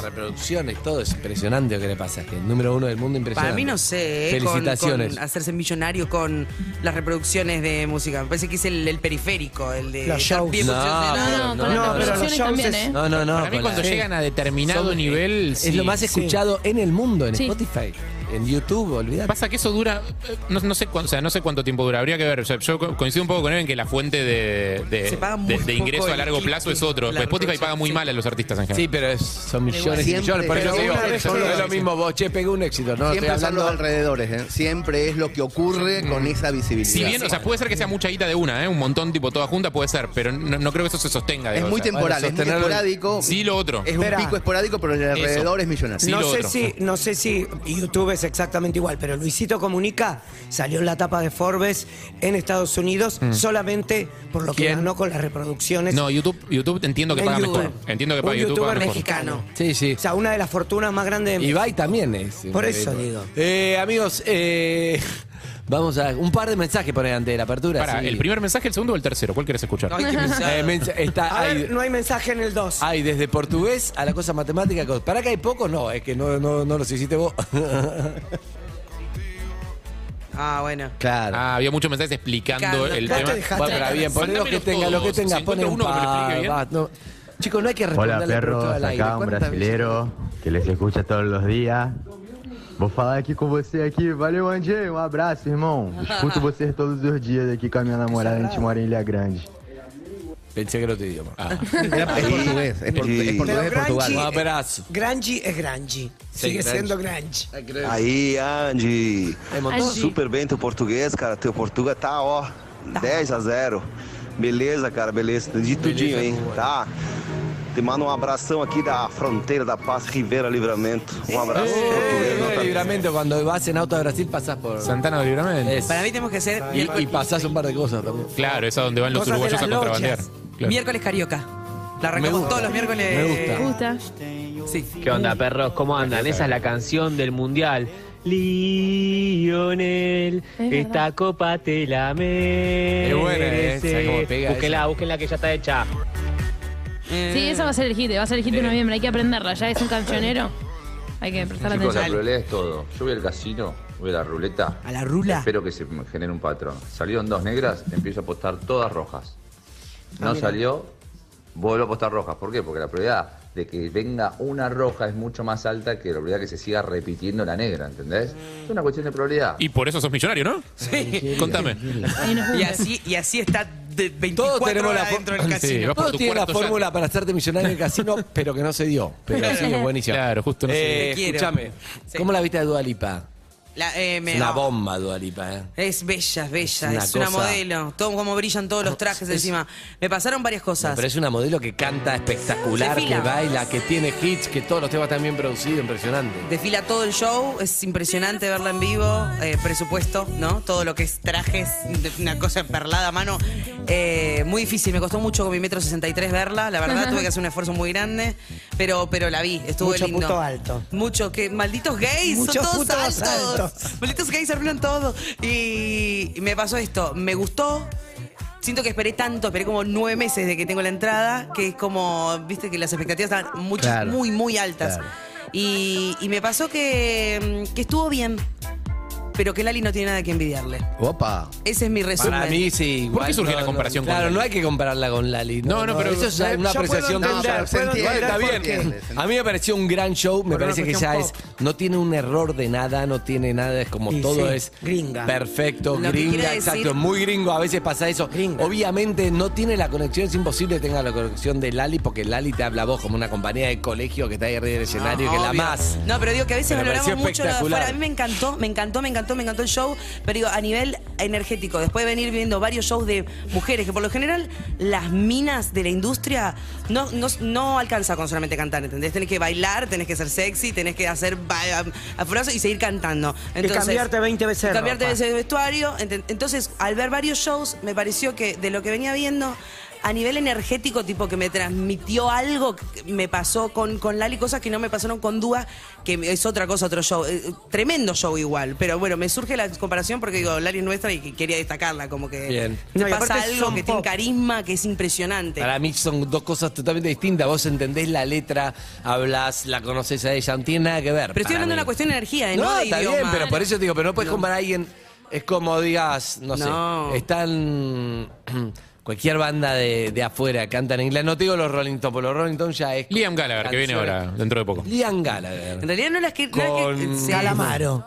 Speaker 5: De reproducciones, todo es impresionante lo que le pasa. Es que el número uno del mundo impresionante.
Speaker 6: Para mí no sé, eh, con-
Speaker 5: Felicitaciones.
Speaker 6: Con, hacerse millonario con las reproducciones de música. Me parece que es el, el periférico, el de
Speaker 5: Los
Speaker 6: estar
Speaker 5: shows.
Speaker 6: bien
Speaker 5: No,
Speaker 6: posicionado.
Speaker 5: no, no, No, no, pero los
Speaker 10: reproducciones shows también, es- ¿eh?
Speaker 5: No, no, no.
Speaker 9: Para mí
Speaker 5: con
Speaker 9: cuando
Speaker 5: la-
Speaker 9: llegan a determinado
Speaker 5: Son- eh,
Speaker 9: nivel,
Speaker 5: Es
Speaker 9: sí,
Speaker 5: lo más
Speaker 9: sí.
Speaker 5: escuchado en el mundo, en
Speaker 9: Sí.
Speaker 5: Spotify, en YouTube, olvidate.
Speaker 9: Pasa que eso dura, eh, no, no sé cuánto, o sea, no sé cuánto tiempo dura, habría que ver. O sea, yo co- coincido un poco con él en que la fuente de, de-
Speaker 5: Se paga
Speaker 9: de-
Speaker 5: muy
Speaker 9: de
Speaker 5: poco
Speaker 9: ingreso a
Speaker 5: el
Speaker 9: largo
Speaker 5: clip,
Speaker 9: plazo es otro.
Speaker 5: la
Speaker 9: Spotify
Speaker 5: reproducción,
Speaker 9: paga muy
Speaker 5: sí.
Speaker 9: mal a los artistas en general.
Speaker 5: Sí, pero es- son millones y
Speaker 7: Siempre,
Speaker 5: millones. Por eso
Speaker 7: pero
Speaker 5: te digo,
Speaker 7: una vez
Speaker 5: son
Speaker 7: solo-
Speaker 5: lo mismo vos, che, pegué un éxito. No,
Speaker 7: Siempre
Speaker 5: estoy
Speaker 7: son
Speaker 5: hablando
Speaker 7: los alrededores, ¿eh? Siempre es lo que ocurre con esa visibilidad.
Speaker 9: Si bien, o sea, puede ser que sea mucha guita de una, ¿eh? un montón tipo toda junta, puede ser, pero no, no creo que eso se sostenga.
Speaker 7: Es
Speaker 9: digo,
Speaker 7: muy
Speaker 9: o sea,
Speaker 7: temporal,
Speaker 9: para
Speaker 7: es muy
Speaker 9: sostener-
Speaker 7: esporádico.
Speaker 9: Sí, lo otro.
Speaker 7: Es un pico esporádico, pero el alrededor es millonario.
Speaker 8: no, sé si, no sé si YouTube es exactamente igual, pero Luisito Comunica salió en la tapa de Forbes en Estados Unidos
Speaker 7: Mm.
Speaker 8: solamente por lo que ganó con las reproducciones.
Speaker 9: No, YouTube, YouTube entiendo que
Speaker 8: En
Speaker 9: paga mejor.
Speaker 8: YouTube.
Speaker 9: Entiendo que
Speaker 8: Un
Speaker 9: paga YouTube.
Speaker 8: youtuber
Speaker 9: paga mejor.
Speaker 8: mexicano.
Speaker 5: Sí, sí.
Speaker 8: O sea, una de las fortunas más grandes de
Speaker 5: Ibai también es.
Speaker 8: Por eso digo.
Speaker 5: Eh, amigos, eh, vamos a un par de mensajes por delante de la apertura.
Speaker 9: Para,
Speaker 5: sí.
Speaker 9: ¿el primer mensaje, el segundo o el tercero? ¿Cuál quieres escuchar?
Speaker 8: Ay, qué pesado.
Speaker 5: Eh, mensa- está,
Speaker 8: A ver,
Speaker 5: hay,
Speaker 8: no hay mensaje en el 2.
Speaker 5: hay desde portugués a la cosa matemática. co- ¿Para que hay pocos? No, es que no, no, no los hiciste vos.
Speaker 6: Ah, bueno.
Speaker 5: Claro.
Speaker 9: Ah, había muchos mensajes explicando
Speaker 6: Explicando.
Speaker 9: el
Speaker 6: No te
Speaker 9: tema.
Speaker 6: dejaste.
Speaker 5: Bueno, pero bien, poné lo que
Speaker 9: Mándamelos
Speaker 5: tenga, lo que
Speaker 9: todos.
Speaker 5: tenga,
Speaker 9: Si
Speaker 5: poné
Speaker 9: encuentro
Speaker 5: un
Speaker 9: uno que lo
Speaker 5: pa,
Speaker 9: explique bien.
Speaker 5: va, no. Chicos, no hay que responder
Speaker 18: Hola
Speaker 5: a la pregunta
Speaker 18: perros,
Speaker 5: al aire.
Speaker 18: acá un
Speaker 5: ¿Cuántas veces-
Speaker 18: brasileiro que les escucha todos os dias. Vou falar aqui com você aqui, valeu André, um abraço irmão. Escuto vocês todos os dias aqui com a minha namorada, a gente mora em Ilha Grande.
Speaker 5: Pensé que era otro idioma.
Speaker 7: Era- es portugués, es portu- es portugués de Portugal.
Speaker 5: Un abrazo.
Speaker 8: Granji es Granji. Sigue
Speaker 19: Granji.
Speaker 8: siendo Granji.
Speaker 19: Aí, Andy.
Speaker 8: Andy.
Speaker 19: Super bem teu português, cara. Teu Portuga tá, ó, 10 a 0. Beleza, cara, beleza. De tudinho, hein? Tá. Te manda um abração aqui da fronteira da Paz Rivera Livramento. Um abraço. português,
Speaker 5: Santana
Speaker 19: nota
Speaker 5: de Eh, Libramento, cuando vas en auto a Brasil pasás por.
Speaker 9: Santana de Libramento.
Speaker 6: Para mí tenemos que hacer
Speaker 5: Y, y pasás un par de cosas también.
Speaker 9: Claro, es a donde van los
Speaker 6: Cosas de
Speaker 9: uruguayos a
Speaker 6: las
Speaker 9: contrabandear.
Speaker 6: lochas.
Speaker 9: Claro.
Speaker 6: Miércoles carioca. La
Speaker 9: Me
Speaker 6: arrancamos
Speaker 9: gusta.
Speaker 6: todos los miércoles.
Speaker 9: Me
Speaker 10: gusta.
Speaker 6: Sí.
Speaker 20: ¿Qué onda, perros? ¿Cómo andan? Esa es la canción del mundial. Lionel,
Speaker 10: verdad.
Speaker 20: esta copa te la merece.
Speaker 5: Es buena, ¿eh? ¿Sabes cómo pega
Speaker 20: Búsquenla, búsquenla que ya está hecha.
Speaker 10: Sí, esa va a ser el hit, va a ser el
Speaker 5: Eh.
Speaker 10: hit de noviembre, hay que aprenderla, ya es un cancionero. Hay que prestar
Speaker 21: Chicos, la
Speaker 10: atención.
Speaker 21: probabilidad es todo. Yo voy al casino, voy a la ruleta.
Speaker 6: A la rula.
Speaker 21: Espero que se me genere un patrón. Salieron dos negras, empiezo a apostar todas rojas.
Speaker 6: Ah,
Speaker 21: No
Speaker 6: mira.
Speaker 21: salió, vuelvo a apostar rojas. ¿Por qué? Porque la probabilidad de que venga una roja es mucho más alta que la probabilidad que se siga repitiendo la negra, ¿entendés? Es una cuestión de probabilidad.
Speaker 9: Y por eso sos millonario, ¿no?
Speaker 6: Sí.
Speaker 9: Contame.
Speaker 6: Y así, y así está de 24
Speaker 5: Todos tenemos la,
Speaker 6: horas
Speaker 5: fór-
Speaker 6: dentro del
Speaker 5: Sí,
Speaker 6: casino.
Speaker 5: vas por Todos tu tienen la
Speaker 6: cuarto
Speaker 5: fórmula
Speaker 6: ya.
Speaker 5: para hacerte millonario en el casino, pero que no se dio. Pero sí, es buenísimo.
Speaker 9: Claro, justo no
Speaker 5: Eh,
Speaker 6: se dio.
Speaker 5: Escúchame, ¿cómo la viste a Dualipa?
Speaker 6: La, eh, me-
Speaker 5: Una
Speaker 6: no.
Speaker 5: bomba, Dualipa, ¿eh?
Speaker 6: Es bella, es bella,
Speaker 5: Es una
Speaker 6: es una
Speaker 5: cosa-
Speaker 6: modelo. Todo como brillan todos los trajes encima. Me pasaron varias cosas.
Speaker 5: Pero es una modelo que canta espectacular,
Speaker 6: Se fila.
Speaker 5: que baila, que tiene hits, que todos los temas están bien producidos, impresionante.
Speaker 6: Desfila todo el show, es impresionante verla en vivo, eh, presupuesto, ¿no? Todo lo que es trajes, de- una cosa perlada a mano. Eh, muy difícil, me costó mucho con mi metro 63 verla, la verdad tuve que hacer un esfuerzo muy grande, pero, pero la vi, estuvo
Speaker 8: Mucho
Speaker 6: lindo.
Speaker 8: puto alto.
Speaker 6: Mucho, que malditos gays,
Speaker 8: Muchos
Speaker 6: son
Speaker 8: putos
Speaker 6: todos altos.
Speaker 8: altos.
Speaker 6: Malditos gays arruinan todo. Y me pasó esto, me gustó. Siento que esperé tanto, esperé como nueve meses de que tengo la entrada, que es como, viste, que las expectativas estaban mucho-
Speaker 5: Claro.
Speaker 6: muy, muy altas.
Speaker 5: Claro.
Speaker 6: Y, y me pasó que, mm, que estuvo bien, pero que Lali no tiene nada que envidiarle.
Speaker 5: Opa.
Speaker 6: Ese es mi resumen.
Speaker 5: Para mí sí.
Speaker 9: ¿Por qué surge la comparación
Speaker 5: con
Speaker 9: con
Speaker 5: Claro,
Speaker 9: Lali?
Speaker 5: no hay que compararla con Lali.
Speaker 9: No, no, pero-
Speaker 5: Eso es ya
Speaker 9: Yo
Speaker 5: una
Speaker 9: puedo
Speaker 5: apreciación
Speaker 9: entender,
Speaker 5: tuya.
Speaker 9: No, puedo
Speaker 5: Igual está
Speaker 9: entender por
Speaker 5: bien.
Speaker 9: qué.
Speaker 5: A mí me pareció un gran show. Me
Speaker 9: Por una
Speaker 5: parece que
Speaker 9: cuestión
Speaker 5: ya es. No tiene un error de nada, no tiene nada. Es como
Speaker 8: Y
Speaker 5: todo
Speaker 8: sí,
Speaker 5: es.
Speaker 8: gringa.
Speaker 5: Perfecto,
Speaker 8: Lo que quiere
Speaker 5: gringa,
Speaker 8: decir-
Speaker 5: exacto. Muy gringo, a veces pasa eso. Obviamente no tiene la conexión, es imposible que tenga la conexión de Lali, porque Lali te habla a vos como una compañía de colegio que está ahí arriba del escenario y que la
Speaker 6: Ah, Obvio.
Speaker 5: más.
Speaker 6: No, pero digo que a veces
Speaker 5: Pero me
Speaker 6: valoramos
Speaker 5: pareció
Speaker 6: mucho lo de
Speaker 5: espectacular.
Speaker 6: afuera. A mí me encantó, me encantó, me encantó, me encantó el show. Pero digo, a nivel energético, después de venir viendo varios shows de mujeres, que por lo general las minas de la industria no, no, no alcanza con solamente cantar, ¿entendés? Tenés que bailar, tenés que ser sexy, tenés que hacer ba- afroso y seguir cantando. Entonces,
Speaker 8: cambiarte 20 veces de
Speaker 6: y cambiarte
Speaker 8: ropa.
Speaker 6: veces de vestuario. Enten- Entonces, al ver varios shows, me pareció que de lo que venía viendo, a nivel energético, tipo que me transmitió algo, que me pasó con, con Lali, cosas que no me pasaron con Dúa, que es otra cosa, otro show. Eh, tremendo show igual, pero bueno, me surge la comparación porque digo, Lali es nuestra y que quería destacarla, como que
Speaker 5: Bien.
Speaker 6: te
Speaker 5: No, y
Speaker 6: pasa
Speaker 5: aparte
Speaker 6: algo
Speaker 5: son
Speaker 6: que tiene un
Speaker 5: pop.
Speaker 6: carisma que es impresionante.
Speaker 5: Para mí son dos cosas totalmente distintas. Vos entendés la letra, hablas, la conoces a ella, no tiene nada que ver.
Speaker 6: Pero estoy
Speaker 5: para
Speaker 6: hablando de
Speaker 5: mí.
Speaker 6: una cuestión de energía, de
Speaker 5: no,
Speaker 6: no, de
Speaker 5: está
Speaker 6: idioma.
Speaker 5: bien, pero por eso te digo, pero no puedes comparar a alguien. Es como digas, no,
Speaker 6: No.
Speaker 5: sé, están. Cualquier banda de, de afuera canta en inglés. No te digo los Rolling Stones, porque los Rolling Stones ya es.
Speaker 9: Liam Gallagher, que viene
Speaker 5: canciones.
Speaker 9: ahora, dentro de poco.
Speaker 5: Liam Gallagher.
Speaker 6: En realidad no las que... no las que-
Speaker 5: Con-
Speaker 6: sí.
Speaker 5: Calamaro.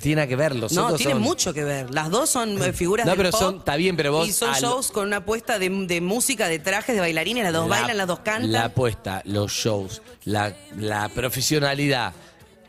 Speaker 5: Tiene que ver, los
Speaker 6: No,
Speaker 5: otros
Speaker 6: tiene
Speaker 5: son-
Speaker 6: mucho que ver. Las dos son eh, figuras
Speaker 5: No,
Speaker 6: del
Speaker 5: pero
Speaker 6: pop
Speaker 5: son- está bien, pero vos
Speaker 6: Y son
Speaker 5: al-
Speaker 6: shows con una apuesta de, de música, de trajes, de bailarines. Las dos
Speaker 5: La-
Speaker 6: bailan, las dos cantan.
Speaker 5: La apuesta, los shows, la, la profesionalidad.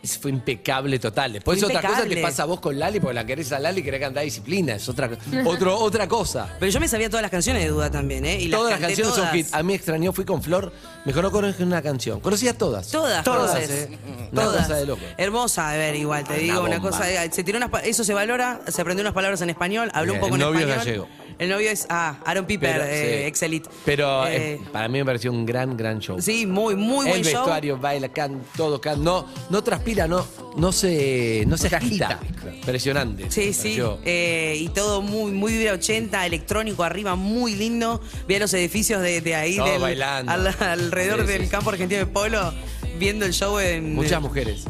Speaker 5: Eso fue impecable total. Después
Speaker 6: Fue
Speaker 5: otra cosa te
Speaker 6: impecable.
Speaker 5: pasa a vos con Lali, porque la querés a Lali, querés cantar disciplina, es otra, otro, otra cosa.
Speaker 6: Pero yo me sabía todas las canciones de Duda también, ¿eh? Y
Speaker 5: todas las
Speaker 6: canté
Speaker 5: canciones
Speaker 6: todas.
Speaker 5: son hit. A mí extrañó, fui con Flor, mejor no conozco una canción. Conocía todas.
Speaker 6: Todas,
Speaker 5: todas.
Speaker 6: conoces.
Speaker 5: ¿eh? Una
Speaker 6: Mm, Todas.
Speaker 5: cosa de loco.
Speaker 6: Hermosa, a ver, igual, te
Speaker 5: Una
Speaker 6: digo, una
Speaker 5: bomba.
Speaker 6: cosa. eh, Se tiró unas, pa- eso se valora, se aprendió unas palabras en español, habló
Speaker 5: Bien,
Speaker 6: un poco
Speaker 5: el Eh,
Speaker 6: en
Speaker 5: novio es
Speaker 6: español.
Speaker 5: gallego.
Speaker 6: El novio es, ah, Aaron Piper,
Speaker 5: Pero,
Speaker 6: eh,
Speaker 5: sí.
Speaker 6: ex elite.
Speaker 5: Pero
Speaker 6: Eh,
Speaker 5: eh, para mí me pareció un gran, gran show.
Speaker 6: Sí, muy, muy buen
Speaker 5: el
Speaker 6: show.
Speaker 5: vestuario, baila, can, todo, can, no, no transpira, no, no se, no se agita. Impresionante.
Speaker 6: Sí, sí.
Speaker 5: Pareció-
Speaker 6: eh, y todo muy, muy vibra 80, electrónico arriba, muy lindo. Vi a los edificios de, de ahí,
Speaker 5: Todos
Speaker 6: del-
Speaker 5: bailando.
Speaker 6: al- alrededor
Speaker 5: Sí, sí,
Speaker 6: del
Speaker 5: sí.
Speaker 6: campo argentino de polo, viendo el show en.
Speaker 5: Muchas mujeres.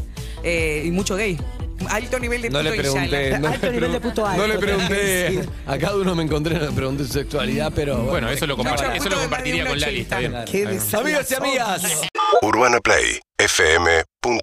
Speaker 6: eh, y mucho gay. Alto nivel de
Speaker 5: No le
Speaker 6: puto
Speaker 5: pregunté.
Speaker 6: inshallah.
Speaker 5: No, le pregun- no le pregunté. A cada uno me encontré, no le pregunté su sexualidad, pero. Bueno,
Speaker 9: eso lo compar- eso lo compartiría con Lali, está bien. Qué
Speaker 5: Amigas y amigas.
Speaker 11: UrbanaPlayFM.com